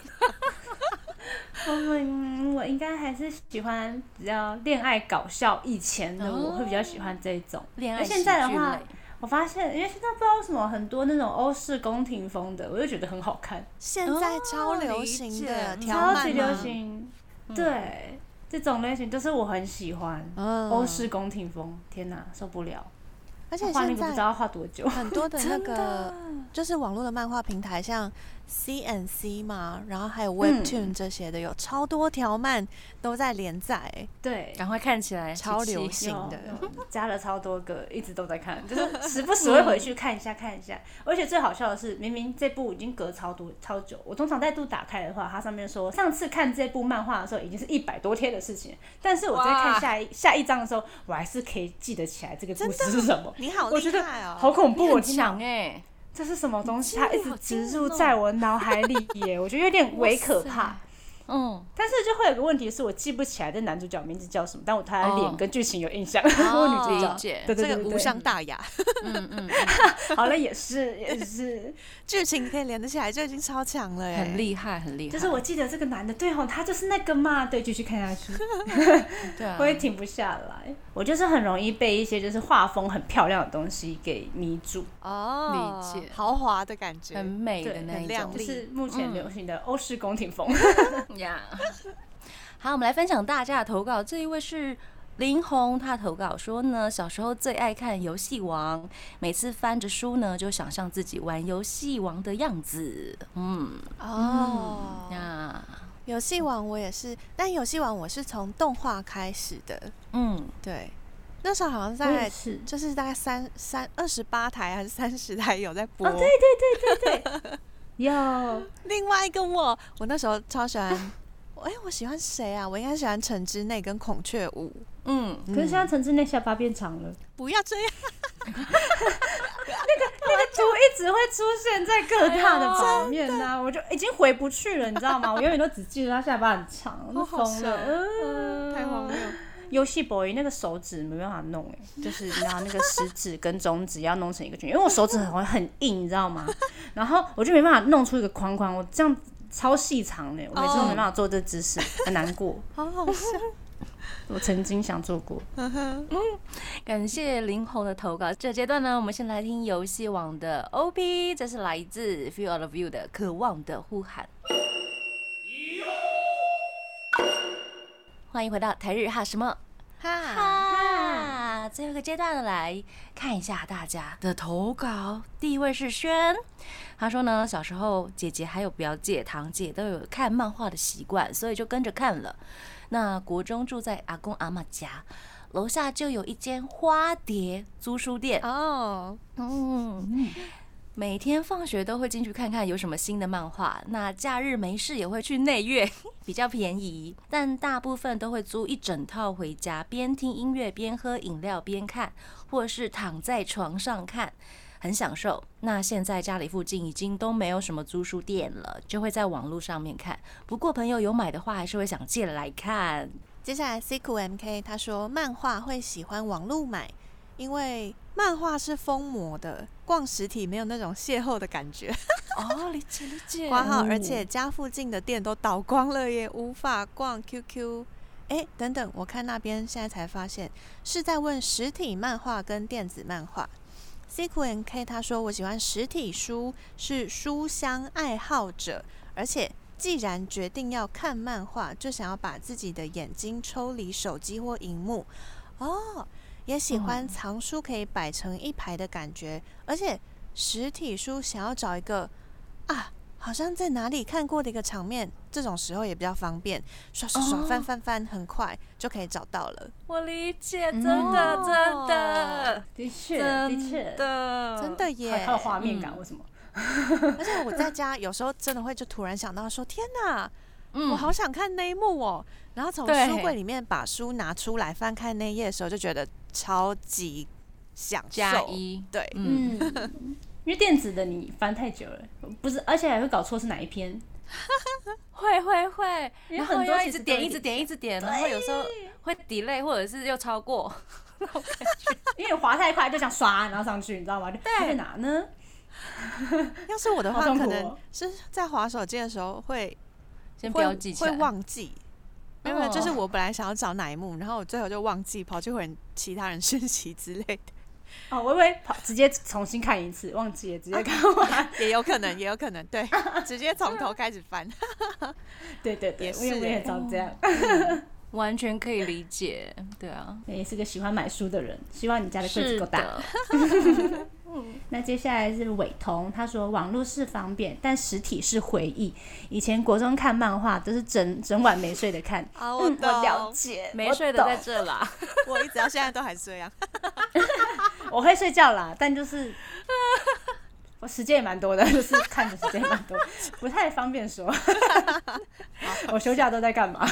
Speaker 3: 我们啊我应该还是喜欢比较恋爱搞笑，以前的我会比较喜欢这种。
Speaker 2: 恋
Speaker 3: 爱
Speaker 2: 爱
Speaker 3: 哎现在的话我发现，因为现在不知道为什么很多那种欧式宫廷风的，我就觉得很好看，
Speaker 4: 现在超
Speaker 2: 哦
Speaker 4: 流
Speaker 2: 理
Speaker 4: 行
Speaker 2: 解
Speaker 4: 的，
Speaker 2: 嗯
Speaker 4: 条
Speaker 3: 超
Speaker 4: 漫
Speaker 3: 级流
Speaker 4: 吗。
Speaker 3: 行。对，这种类型就是我很喜欢。
Speaker 4: 嗯
Speaker 3: 欧式宫廷风，天哪，受不了！
Speaker 4: 而且
Speaker 3: 哦画那
Speaker 4: 现
Speaker 3: 个不知
Speaker 4: 在
Speaker 3: 道要画多久。
Speaker 4: 很多的那个就是网络的漫画平台，像 CNC 嘛，然后还有 Webtoon 这些的，有超多条漫都在连载，欸
Speaker 3: 对，
Speaker 2: 赶快看起来
Speaker 4: 超
Speaker 2: 琪琪
Speaker 4: 流行的。
Speaker 3: 有有加了超多个，一直都在看，就是时不时会回去看一下看一
Speaker 2: 嗯
Speaker 3: 下。而且最好笑的是，明明这部已经隔超多超久，我通常再度打开的话，它上面说上次看这部漫画的时候已经是一百多天的事情，但是我在看
Speaker 2: 哇
Speaker 3: 下一下一章的时候，我还是可以记得起来这个故事是什么。
Speaker 4: 你好
Speaker 3: 我觉
Speaker 4: 厉
Speaker 3: 得
Speaker 4: 害哦！
Speaker 3: 好恐怖，
Speaker 2: 你
Speaker 3: 我
Speaker 2: 很
Speaker 3: 天哪
Speaker 2: 强哎，
Speaker 3: 这是什么东西？
Speaker 2: 你
Speaker 3: 它
Speaker 2: 真的
Speaker 3: 一直
Speaker 2: 好惊
Speaker 3: 植入
Speaker 2: 人哦
Speaker 3: 在我脑海里耶，我觉得有点微可
Speaker 2: 哇
Speaker 3: 怕
Speaker 2: 塞。嗯，
Speaker 3: 但是就会有个问题是我记不起来这男主角名字叫什么，但我对他的脸
Speaker 2: 哦
Speaker 3: 跟剧情有印象，
Speaker 2: 哦
Speaker 3: 我女主角
Speaker 2: 理解
Speaker 3: 对对
Speaker 4: 这
Speaker 3: 对
Speaker 4: 个
Speaker 3: 对
Speaker 4: 无伤大雅，
Speaker 3: 对 好了，也是也是，
Speaker 4: 剧情可以连得起来就已经超强了耶，欸
Speaker 2: 很厉害，很厉害，
Speaker 3: 就是我记得这个男的，对吼，他就是那个嘛，对，继续看 下去，
Speaker 2: 对啊
Speaker 3: 我，也停不下来。我就是很容易被一些就是画风很漂亮的东西给迷住，
Speaker 4: 哦，
Speaker 2: 理解
Speaker 4: 豪华的感觉，
Speaker 2: 很嗯美的
Speaker 3: 对
Speaker 2: 那
Speaker 4: 很
Speaker 2: 一
Speaker 4: 亮
Speaker 2: 种
Speaker 3: 就
Speaker 4: 丽
Speaker 3: 是目前流行的欧式宫廷 风。
Speaker 2: 呀。 好，我们来分享大家的投稿。这一位是林红，他投稿说呢，小时候最爱看《游戏王》，每次翻着书呢，就想象自己玩《游戏王》的样子。嗯，
Speaker 4: 哦。
Speaker 2: 呀，
Speaker 4: 游戏王我也是，但游戏王我是从动画开始的，
Speaker 2: 嗯，
Speaker 4: 对，那时候好像
Speaker 3: 我也
Speaker 4: 在
Speaker 3: 是。
Speaker 4: 就是大概三三二十八台还是三十台有在播。
Speaker 3: 哦，对对对对对， 有
Speaker 4: 另外一个我，我那时候超喜欢， 哎、我喜欢谁啊？我应该喜欢陈之内跟孔雀舞。
Speaker 2: 嗯，
Speaker 3: 可是现在陈志内下巴变长了，
Speaker 4: 不要这样，
Speaker 3: 那个图一直会出现在各
Speaker 4: 哎
Speaker 3: 大的版面呐、我就已经回不去了，你知道吗？我永远都只记得他下巴很长，我都
Speaker 4: 好
Speaker 3: 疯了，
Speaker 4: 笑
Speaker 3: 嗯
Speaker 4: 太荒谬。
Speaker 3: 游戏 boy 那个手指没办法弄哎、 就是你知道那个食指跟中指要弄成一个圈，因为我手指很很硬，你知道吗？然后我就没办法弄出一个框框，我这样超细长的、我每次都没办法做这姿势，很难过。
Speaker 4: 好好 笑。
Speaker 3: 我曾经想做过，
Speaker 4: 哦
Speaker 2: 感谢林红的投稿。这阶段呢，我们先来听游戏网的 OP，这是来自 Few of You 的《渴望的呼喊》。欢迎回到台日哈什么
Speaker 4: 哈，
Speaker 2: 哈？啊最后一个阶段来看一下大家的投稿。第一位是轩，他说呢，小时候姐姐还有表姐、堂姐都有看漫画的习惯，所以就跟着看了。那国中住在阿公阿妈家，楼下就有一间花蝶租书店，
Speaker 4: 哦，
Speaker 2: 嗯，每天放学都会进去看看有什么新的漫画。那假日没事也会去内阅， 比较便宜，但大部分都会租一整套回家，边听音乐边喝饮料边看，或是躺在床上看。很享受。那现在家里附近已经都没有什么租书店了，就会在网络上面看。不过朋友有买的话，还是会想借来看。
Speaker 4: 接下来 C 苦 M K 他说漫画会喜欢网路买，因为漫画是疯魔的，逛实体没有那种邂逅的感觉。
Speaker 2: 哦，理解理解
Speaker 4: 挂号，而且家附近的店都倒光了耶，无法逛 QQ。哎，等等，我看那边现在才发现是在问实体漫画跟电子漫画。C Q N K 他说我喜欢实体书，是书香爱好者，而且既然决定要看漫画，就想要把自己的眼睛抽离手机或荧幕。哦，也喜欢藏书可以摆成一排的感觉，而且实体书想要找一个啊，好像在哪里看过的一个场面，这种时候也比较方便，刷刷刷翻翻翻，很快就可以找到了。
Speaker 2: 我理解，真的真哦的。
Speaker 3: 的确的
Speaker 2: 真
Speaker 3: 确，
Speaker 2: 的，
Speaker 4: 真的耶
Speaker 3: 还！有画面感，
Speaker 2: 嗯
Speaker 3: 为什么？
Speaker 4: 而且我在家有时候真的会就突然想到说，天哪，
Speaker 2: 嗯
Speaker 4: 我好想看那一幕哦！然后从
Speaker 2: 对
Speaker 4: 书柜里面把书拿出来翻开那一页的时候，就觉得超级享
Speaker 2: 加
Speaker 4: 受。
Speaker 2: 一，
Speaker 4: 对，
Speaker 2: 嗯，
Speaker 3: 嗯，因为电子的你翻太久了，不是，而且还会搞错是哪一篇。
Speaker 2: 会会会，
Speaker 3: 因为
Speaker 2: 然后
Speaker 3: 很多
Speaker 2: 要
Speaker 3: 其
Speaker 2: 一直
Speaker 3: 实都
Speaker 2: 点，
Speaker 3: 有
Speaker 2: 一直点，一直点，然后有时候会 delay 或者是又超过，
Speaker 3: 因为你滑太快就想刷，然后上去，你知道吗？就它在哪呢？
Speaker 4: 要是我的
Speaker 3: 好
Speaker 4: 话，
Speaker 3: 痛
Speaker 4: 可
Speaker 3: 苦
Speaker 4: 能
Speaker 3: 哦
Speaker 4: 是在划手机的时候会
Speaker 2: 先标
Speaker 4: 会
Speaker 2: 记起
Speaker 4: 会
Speaker 2: 来。
Speaker 4: 忘记。没有，没有，就是
Speaker 2: 哦
Speaker 4: 我本来想要找哪一幕，然后我最后就忘记，跑去回其他人 讯息之类的，
Speaker 3: 哦，我以为跑直接重新看一次，忘记了直接看完。
Speaker 4: 也有可能，也有可能， 对，直接从头开始翻。
Speaker 3: 对对对，
Speaker 4: 也
Speaker 3: 我也哦
Speaker 4: 是
Speaker 3: 我也
Speaker 4: 欸
Speaker 3: 常这样。
Speaker 2: 完全可以理解，对啊，
Speaker 3: 也是个喜欢买书的人，希望你家的柜子够大。
Speaker 2: 的，
Speaker 3: 那接下来是伟彤，他说网络是方便，但实体是回忆。以前国中看漫画都是整整晚没睡的看。
Speaker 4: 啊，
Speaker 3: 嗯，我了
Speaker 4: 懂，
Speaker 3: 解，
Speaker 2: 没
Speaker 3: 我
Speaker 2: 睡的在
Speaker 3: 懂
Speaker 2: 这啦，
Speaker 4: 我一直到现在都还是这样。
Speaker 3: 我会睡觉啦，但就是我时间也蛮多的， 就是看的时间也蛮 多，不太方便 说。我休假都在干嘛？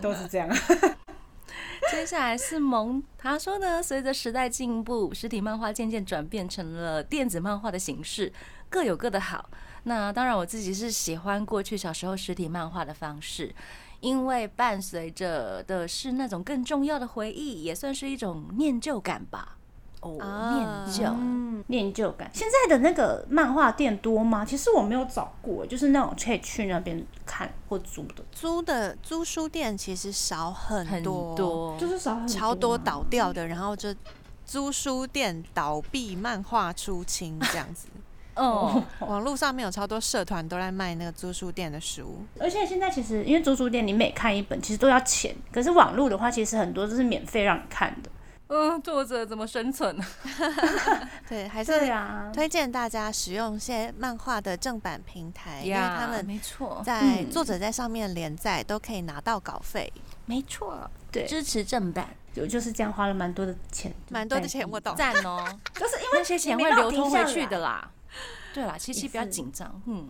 Speaker 3: 都是这样。
Speaker 2: 接下来是萌，他说呢，随着时代进步，实体漫画渐渐转变成了电子漫画的形式，各有各的好。那当然，我自己是喜欢过去小时候实体漫画的方式，因为伴随着的是那种更重要的回忆，也算是一种念旧感吧。哦，
Speaker 4: 啊
Speaker 2: 念旧，
Speaker 3: 嗯，念旧感。现在的那个漫画店多吗？其实我没有找过，就是那种可以去那边看或租的，
Speaker 4: 租的租书店其实少很
Speaker 2: 很
Speaker 4: 多，
Speaker 2: 多
Speaker 3: 就是少很
Speaker 4: 超
Speaker 3: 多啊
Speaker 4: 多
Speaker 3: 档。
Speaker 4: 倒掉的，然后就租书店倒闭，漫画出清这样 子。
Speaker 2: 哦，
Speaker 4: 网络上面有超多社团都在卖那个租书店的书，
Speaker 3: 而且现在其实因为租书店，你每看一本其实都要钱，可是网络的话，其实很多都是免费让你看的。
Speaker 2: 嗯，作者怎么生存啊呢？
Speaker 4: 对，还是
Speaker 3: 对啊，
Speaker 4: 推荐大家使用一些漫画的正版平台，哎因为他们
Speaker 2: 没错，
Speaker 4: 在作者在上面连载都可以拿到稿费。
Speaker 2: 没错，
Speaker 3: 对
Speaker 2: 支持正版。
Speaker 3: 我就是这样花了蛮多的钱，
Speaker 4: 蛮多的钱，我懂。
Speaker 2: 赞哦，
Speaker 3: 就是因为
Speaker 2: 那些钱会流通回去的
Speaker 3: 啊
Speaker 2: 啦。对啦，七七不要
Speaker 3: 也是
Speaker 2: 紧张，嗯，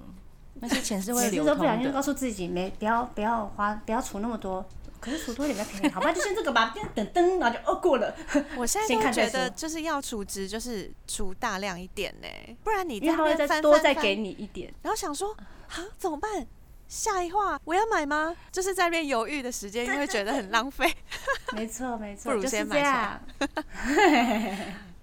Speaker 2: 那些钱是
Speaker 3: 只
Speaker 2: 会
Speaker 3: 是
Speaker 2: 流
Speaker 3: 说
Speaker 2: 通
Speaker 3: 不小心告
Speaker 2: 的。
Speaker 3: 诉自己没不要不要花不要储那么多，可是储多一点比较便宜，好吧，就先这个吧，噔噔噔，然后就哦过了。
Speaker 4: 我现在
Speaker 3: 先
Speaker 4: 都
Speaker 3: 看再
Speaker 4: 觉得
Speaker 3: 说
Speaker 4: 就是要储值，就是储大量一点呢、不然你在
Speaker 3: 因为他
Speaker 4: 那
Speaker 3: 会
Speaker 4: 边
Speaker 3: 再
Speaker 4: 翻
Speaker 3: 多
Speaker 4: 翻
Speaker 3: 再
Speaker 4: 翻
Speaker 3: 给你一点，
Speaker 4: 然后想说啊怎么办？下一话我要买吗？就是在那边犹豫的时间，因为觉得很浪费。
Speaker 3: 没错没错，
Speaker 4: 不如
Speaker 3: 就是
Speaker 4: 先买
Speaker 3: 这
Speaker 4: 下来
Speaker 3: 样。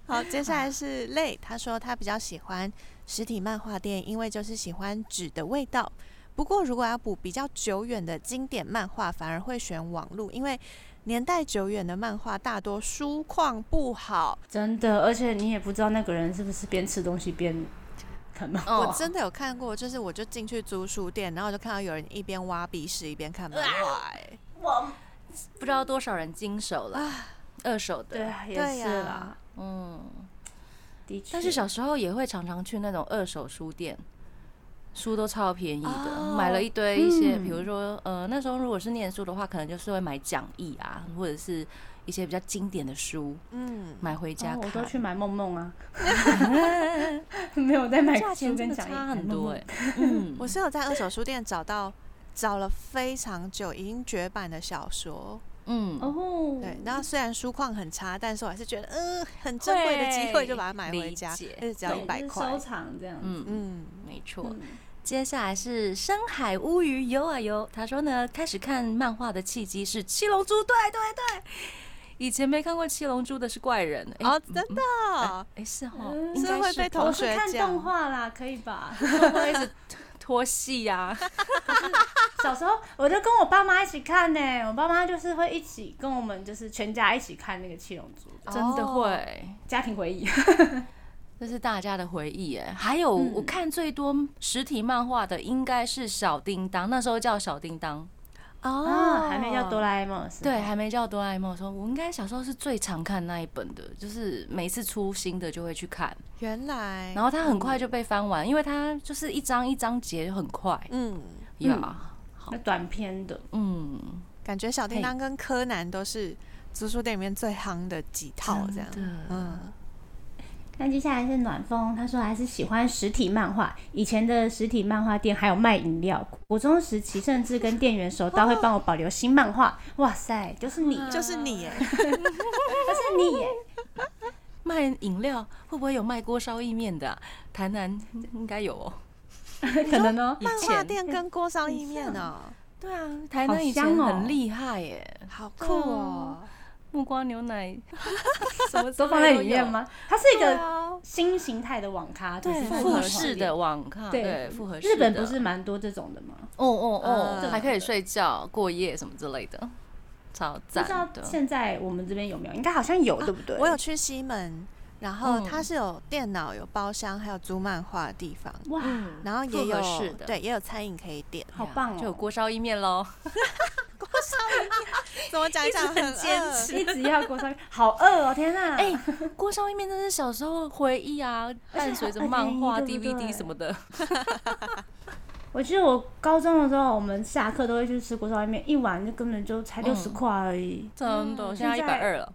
Speaker 4: 好，接下来是泪，他说他比较喜欢实体漫画店，因为就是喜欢纸的味道。不过如果要补比较久远的经典漫画，反而会选网路，因为年代久远的漫画大多书况不好。
Speaker 3: 真的，而且你也不知道那个人是不是边吃东西边看漫画。
Speaker 2: 哦
Speaker 4: 我真的有看过，就是我就进去租书店，然后我就看到有人一边挖鼻屎一边看漫画、哎，
Speaker 2: 不知道多少人经手了，二手
Speaker 3: 对
Speaker 2: 的，
Speaker 3: 啊，也
Speaker 4: 对
Speaker 3: 是啦
Speaker 4: 呀，
Speaker 2: 嗯。
Speaker 3: 的确。
Speaker 2: 但是小时候也会常常去那种二手书店，书都超便宜的，
Speaker 4: 哦
Speaker 2: 买了一堆一些，
Speaker 3: 嗯
Speaker 2: 比如说呃那时候如果是念书的话，可能就是会买讲义啊，或者是一些比较经典的书
Speaker 4: 嗯，
Speaker 2: 买回家
Speaker 3: 哦
Speaker 2: 看。
Speaker 3: 我都去买梦梦 啊，没有在买
Speaker 2: 价钱
Speaker 3: 书
Speaker 2: 真的
Speaker 3: 跟讲义
Speaker 2: 差很多哎、
Speaker 3: 哎。
Speaker 2: 嗯，
Speaker 4: 我是有在二手书店找到找了非常久已经绝版的小说，
Speaker 2: 嗯，
Speaker 3: 哦，
Speaker 4: 对，然后虽然书况很差，但是我还是觉得，嗯、很珍贵的机会就把它买回家，
Speaker 2: 理解
Speaker 4: 而且只要
Speaker 3: 对
Speaker 4: 一百
Speaker 3: 就是
Speaker 4: 块
Speaker 3: 收，藏这样。
Speaker 2: 嗯嗯，
Speaker 4: 嗯，
Speaker 2: 没错。接下来是深海乌鱼游啊游，他说呢，开始看漫画的契机是《七龙珠》，对对对，以前没看过《七龙珠》的是怪人，哎、
Speaker 4: 哦，真的哦，
Speaker 2: 哎是哈，
Speaker 3: 嗯
Speaker 2: 应
Speaker 4: 是
Speaker 2: 该
Speaker 4: 会
Speaker 2: 是
Speaker 4: 被
Speaker 2: 吧
Speaker 4: 同
Speaker 3: 我是
Speaker 4: 学
Speaker 3: 看动
Speaker 4: 讲，
Speaker 3: 画啦，可以吧？
Speaker 2: 会一直拖戏啊 呀、
Speaker 3: 小时候我就跟我爸妈一起看呢、我爸妈就是会一起跟我们就是全家一起看那个《七龙珠》
Speaker 2: 真的会。
Speaker 3: 家庭回忆。
Speaker 2: 这是大家的回忆哎，还有我看最多实体漫画的应该是小叮当，那时候叫小叮当，哎
Speaker 3: 啊，还没叫哆啦 A 梦是？
Speaker 2: 哦对，，还没叫哆啦 A 梦。说我应该小时候是最常看那一本的，就是每次出新的就会去看，
Speaker 4: 原来，
Speaker 2: 然后它很快就被翻完，因为它就是一张一张结，很快
Speaker 4: 嗯，
Speaker 2: 呀。
Speaker 3: 那短片的，
Speaker 2: 嗯，
Speaker 4: 感觉小叮
Speaker 2: 嘿
Speaker 4: 当跟柯南都是租书店里面最夯的几套哦这样，嗯，
Speaker 3: 那接下来是暖风，他说还是喜欢实体漫画。以前的实体漫画店还有卖饮料，国中时期甚至跟店员手刀会帮我保留新漫画。哇塞，就 是你，
Speaker 2: 啊
Speaker 3: 就
Speaker 4: 就是你哎，
Speaker 3: 是你耶！
Speaker 2: 卖饮料会不会有卖锅烧意面的啊、台南应该有哦。
Speaker 3: 可能 哦，
Speaker 4: 漫画
Speaker 2: 前
Speaker 4: 店跟锅烧意面哦，
Speaker 2: 对啊，台
Speaker 3: 好
Speaker 2: 南以前
Speaker 3: 香哦
Speaker 2: 很厉害耶，
Speaker 4: 好酷哦，
Speaker 2: 木瓜牛 奶什么之类
Speaker 3: 都放在
Speaker 2: 有
Speaker 3: 里面？吗？它是一
Speaker 4: 对
Speaker 3: 个
Speaker 4: 啊，
Speaker 3: 新形态的网咖，
Speaker 2: 对，
Speaker 3: 就是
Speaker 2: 复式的
Speaker 3: 网
Speaker 2: 网咖，
Speaker 3: 咖
Speaker 2: 对
Speaker 3: 店，，
Speaker 2: 复合式的。
Speaker 3: 日本不是蛮多这种的吗？
Speaker 2: 哦哦哦，
Speaker 4: 嗯
Speaker 2: 还可以睡觉、过夜什么之类的，超
Speaker 3: 不知道
Speaker 2: 赞的。
Speaker 3: 现在我们这边有没有？应该好像有，对不对？
Speaker 4: 我有。去西门，然后
Speaker 2: 嗯
Speaker 4: 它是有电脑、有包厢，还有租漫画的地方，
Speaker 3: 哇，
Speaker 2: 嗯，
Speaker 4: 然后也
Speaker 2: 复合
Speaker 4: 有
Speaker 2: 式的
Speaker 4: 对，也有餐饮可以点。
Speaker 3: 好棒
Speaker 2: 就有
Speaker 3: 哦！
Speaker 2: 锅烧意面喽。
Speaker 4: 怎么讲一讲
Speaker 2: 很坚
Speaker 4: 饿
Speaker 2: 持
Speaker 3: 一直要锅烧，好饿哦！天哪，
Speaker 2: 哎，锅烧意面真是小时候回忆啊，伴随着漫画、
Speaker 3: 很便宜对不
Speaker 2: DVD
Speaker 3: 对
Speaker 2: 什么的。
Speaker 3: 我记得我高中的时候，我们下课都会去吃锅烧外面，一碗就根本就才六十块而已，
Speaker 2: 真的，嗯现在一
Speaker 3: 现
Speaker 2: 百
Speaker 3: 在
Speaker 2: 二了，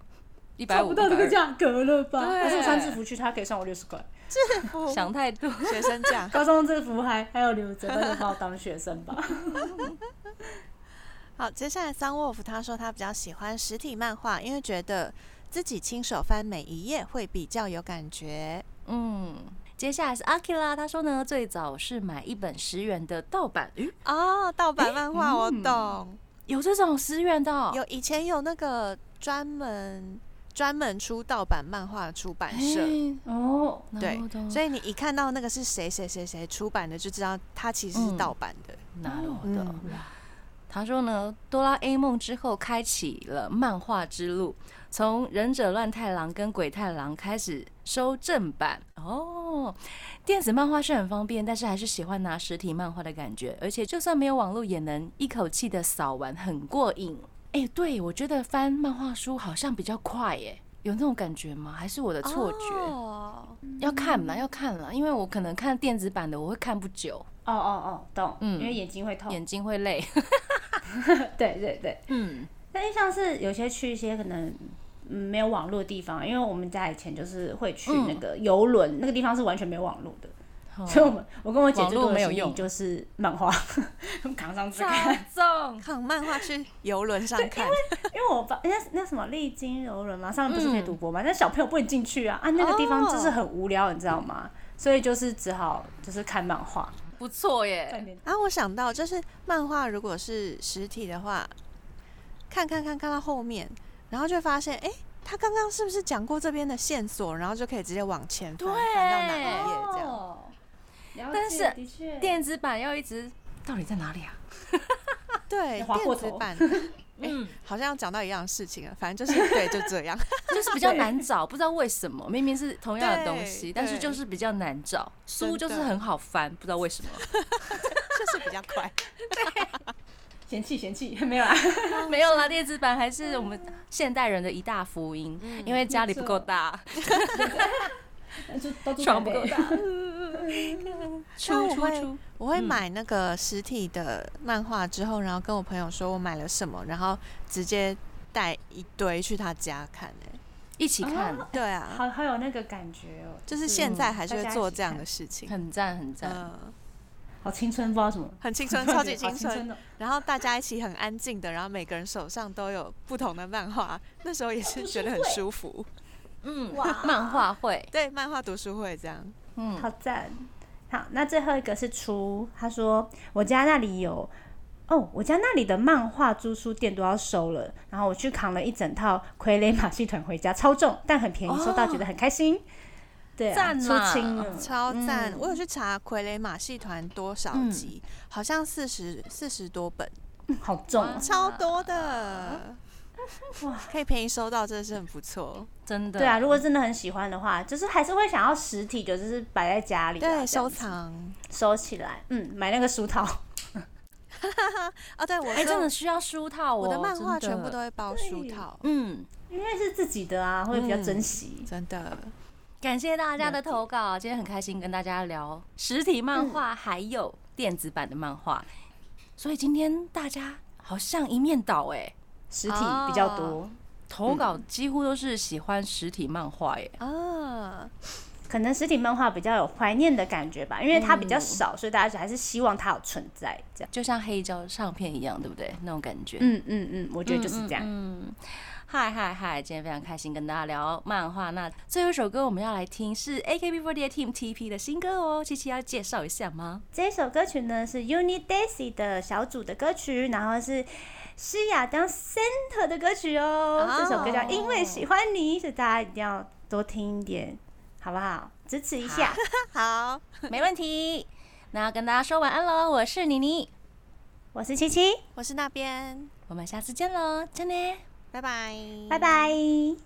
Speaker 2: 一嗯百
Speaker 3: 找
Speaker 2: 五
Speaker 3: 不到那个价格了吧？
Speaker 2: 对
Speaker 3: 但是我穿制服去，他可以算我六十块。
Speaker 2: 想太多。
Speaker 4: 学生价
Speaker 3: 高中制服还还有留着，那就把我当学生 吧。
Speaker 4: 好，接下来桑沃夫他说他比较喜欢实体漫画，因为觉得自己亲手翻每一页会比较有感觉。
Speaker 2: 嗯，接下来是阿 Q 啦，他说呢，最早是买一本十元的盗版，诶，
Speaker 4: 哦，盗版漫画我懂，
Speaker 2: 有这种十元的哦、
Speaker 4: 嗯有以前有那个专门专门出盗版漫画的出版社。
Speaker 2: 诶
Speaker 3: 哦，
Speaker 4: 对
Speaker 2: なるほ，ど
Speaker 4: 所以你一看到那个是谁谁谁谁出版的，就知道它其实
Speaker 2: 嗯
Speaker 4: 是盗版的。
Speaker 2: なるほど
Speaker 4: 嗯。
Speaker 2: 他说呢，哆啦 A 梦之后开启了漫画之路，从忍者乱太郎跟鬼太郎开始收正版哦。电子漫画是很方便，但是还是喜欢拿实体漫画的感觉，而且就算没有网络也能一口气的扫完，很过瘾。哎、对我觉得翻漫画书好像比较快耶、有那种感觉吗？还是我的错觉？
Speaker 4: 哦
Speaker 2: 要看啦，要看啦，因为我可能看电子版的我会看不久，
Speaker 3: 哦哦哦，懂，
Speaker 2: 嗯
Speaker 3: 因为眼睛会痛。
Speaker 2: 眼睛会累。
Speaker 3: 对对对，
Speaker 2: 嗯，
Speaker 3: 但是像是有些去一些可能。嗯，没有网络的地方，因为我们家以前就是会去
Speaker 2: 嗯
Speaker 3: 那个游轮，那个地方是完全没有网络的，所以我们我跟我姐
Speaker 2: 哦网
Speaker 3: 最
Speaker 2: 络
Speaker 3: 多的
Speaker 2: 没有
Speaker 3: 行
Speaker 2: 用
Speaker 3: 李就是漫画， 扛上去
Speaker 2: 超
Speaker 3: 看。
Speaker 2: 重，
Speaker 4: 看漫画去游轮上看，
Speaker 3: 因为我爸那那什么丽晶游轮嘛，上面不是可以
Speaker 2: 嗯
Speaker 3: 赌博嘛，但小朋友不能进去啊啊，那个地方就是
Speaker 4: 哦
Speaker 3: 很无聊，你知道吗？
Speaker 2: 哦
Speaker 3: 所以就是只好就是看漫画。
Speaker 2: 不错耶。
Speaker 4: 啊，我想到就是漫画，如果是实体的话，看看看看到后面，然后就会发现，哎、他刚刚是不是讲过这边的线索？然后就可以直接往前翻，翻到哪一页这样。
Speaker 3: 哦，了解
Speaker 2: 但是
Speaker 3: 的确
Speaker 2: 电子版要一直到底在哪里啊？
Speaker 4: 对，
Speaker 3: 划
Speaker 4: 电
Speaker 3: 过
Speaker 4: 子
Speaker 3: 头
Speaker 4: 版，
Speaker 2: 嗯，
Speaker 4: 好像要讲到一样的事情了，反正就是对，就这样。
Speaker 2: 就是比较难找，不知道为什么，明明是同样的东西，
Speaker 4: 对
Speaker 2: 但是
Speaker 4: 对
Speaker 2: 就是比较难找。书就
Speaker 4: 真
Speaker 2: 是
Speaker 4: 的
Speaker 2: 很好翻，不知道为什么。
Speaker 4: 就是比较 快。
Speaker 3: 嫌弃嫌弃没有啦，
Speaker 2: 没有啦，电子版还是我们现代人的一大福音，因为家里不够大，
Speaker 3: 就 都住
Speaker 2: 床不
Speaker 3: 台北
Speaker 2: 够大。
Speaker 4: 那
Speaker 2: 出
Speaker 4: 我
Speaker 2: 出
Speaker 4: 会
Speaker 2: 出，
Speaker 4: 我会
Speaker 2: 嗯
Speaker 4: 买那个实体的漫画之后，然后跟我朋友说我买了什么，然后直接带一堆去他家看、欸。
Speaker 2: 一起看，
Speaker 4: 对啊，
Speaker 3: 好好有那个感觉哦，
Speaker 4: 就是现在还是
Speaker 3: 大家一
Speaker 4: 会做
Speaker 3: 起
Speaker 4: 这样
Speaker 3: 看
Speaker 4: 的事情。
Speaker 2: 很赞很赞。
Speaker 4: 嗯，
Speaker 3: 好青春，不知道什么，
Speaker 4: 很青春，
Speaker 3: 特
Speaker 4: 超
Speaker 3: 别
Speaker 4: 级
Speaker 3: 好
Speaker 4: 青春。
Speaker 3: 哦
Speaker 4: 然后大家一起很安静的，然后每个人手上都有不同的漫画，那时候也是觉得很舒服。
Speaker 2: 嗯，
Speaker 3: 哇
Speaker 2: 漫画会，
Speaker 4: 对，漫画读书会这样。
Speaker 2: 嗯，
Speaker 3: 好赞。好，那最后一个是出，他说我家那里有。哦，我家那里的漫画租书店都要收了，然后我去扛了一整套《傀儡马戏团》回家，超重但很便宜，收到觉得很开心。对、啊，
Speaker 2: 赞
Speaker 3: 出
Speaker 2: 啦
Speaker 3: 清了，
Speaker 4: 超赞！
Speaker 3: 嗯
Speaker 4: 我有去查《傀儡马戏团》多少
Speaker 2: 嗯
Speaker 4: 集，好像四十四十多本，
Speaker 3: 好重
Speaker 2: 哇
Speaker 3: 哦。
Speaker 4: 超多的。
Speaker 3: 哇，
Speaker 4: 可以便宜收到，真的是很不错。
Speaker 2: 真的。
Speaker 3: 对啊，如果真的很喜欢的话，就是还是会想要实体，就是摆在家里啊、
Speaker 4: 对，
Speaker 3: 这样
Speaker 4: 收
Speaker 3: 子
Speaker 4: 藏。
Speaker 3: 收起来。嗯，买那个书套，
Speaker 4: 哦，对，我
Speaker 2: 哎，真
Speaker 4: 的
Speaker 2: 的需要书套哦，
Speaker 4: 我的漫画
Speaker 2: 真的
Speaker 4: 全部都会包书套，
Speaker 2: 嗯。
Speaker 3: 因为是自己的啊，会比较
Speaker 4: 嗯
Speaker 3: 珍惜。
Speaker 4: 真的。
Speaker 2: 感谢大家的投稿，今天很开心跟大家聊实体漫画，还有电子版的漫画。所以今天大家好像一面倒哎、
Speaker 3: 实体比较多，
Speaker 4: 哦
Speaker 2: 投稿几乎都是喜欢实体漫画耶、
Speaker 4: 啊，
Speaker 3: 可能实体漫画比较有怀念的感觉吧，因为它比较少，所以大家还是希望它有存在这样。
Speaker 2: 就像黑胶唱片一样，对不对？那种感觉。
Speaker 3: 嗯嗯嗯，我觉得就是这样。
Speaker 2: 嗯，嗨嗨嗨！今天非常开心跟大家聊漫画。那最后一首歌我们要来听是 AKB48 Team TP 的新歌哦，七七要介绍一下吗？
Speaker 3: 这首歌曲呢是 Uni Daisy 的小组的歌曲，然后是诗雅当 Center 的歌曲哦。
Speaker 4: 哦
Speaker 3: 这首歌叫《因为喜欢你》，所以大家一定要多听一点，好不好？支持一下。
Speaker 4: 好，
Speaker 2: 没问题。那要跟大家说晚安喽，我是妮妮，
Speaker 3: 我是七七，
Speaker 4: 我是那边，
Speaker 2: 我们下次见喽，真的。
Speaker 4: 拜拜，
Speaker 3: 拜拜。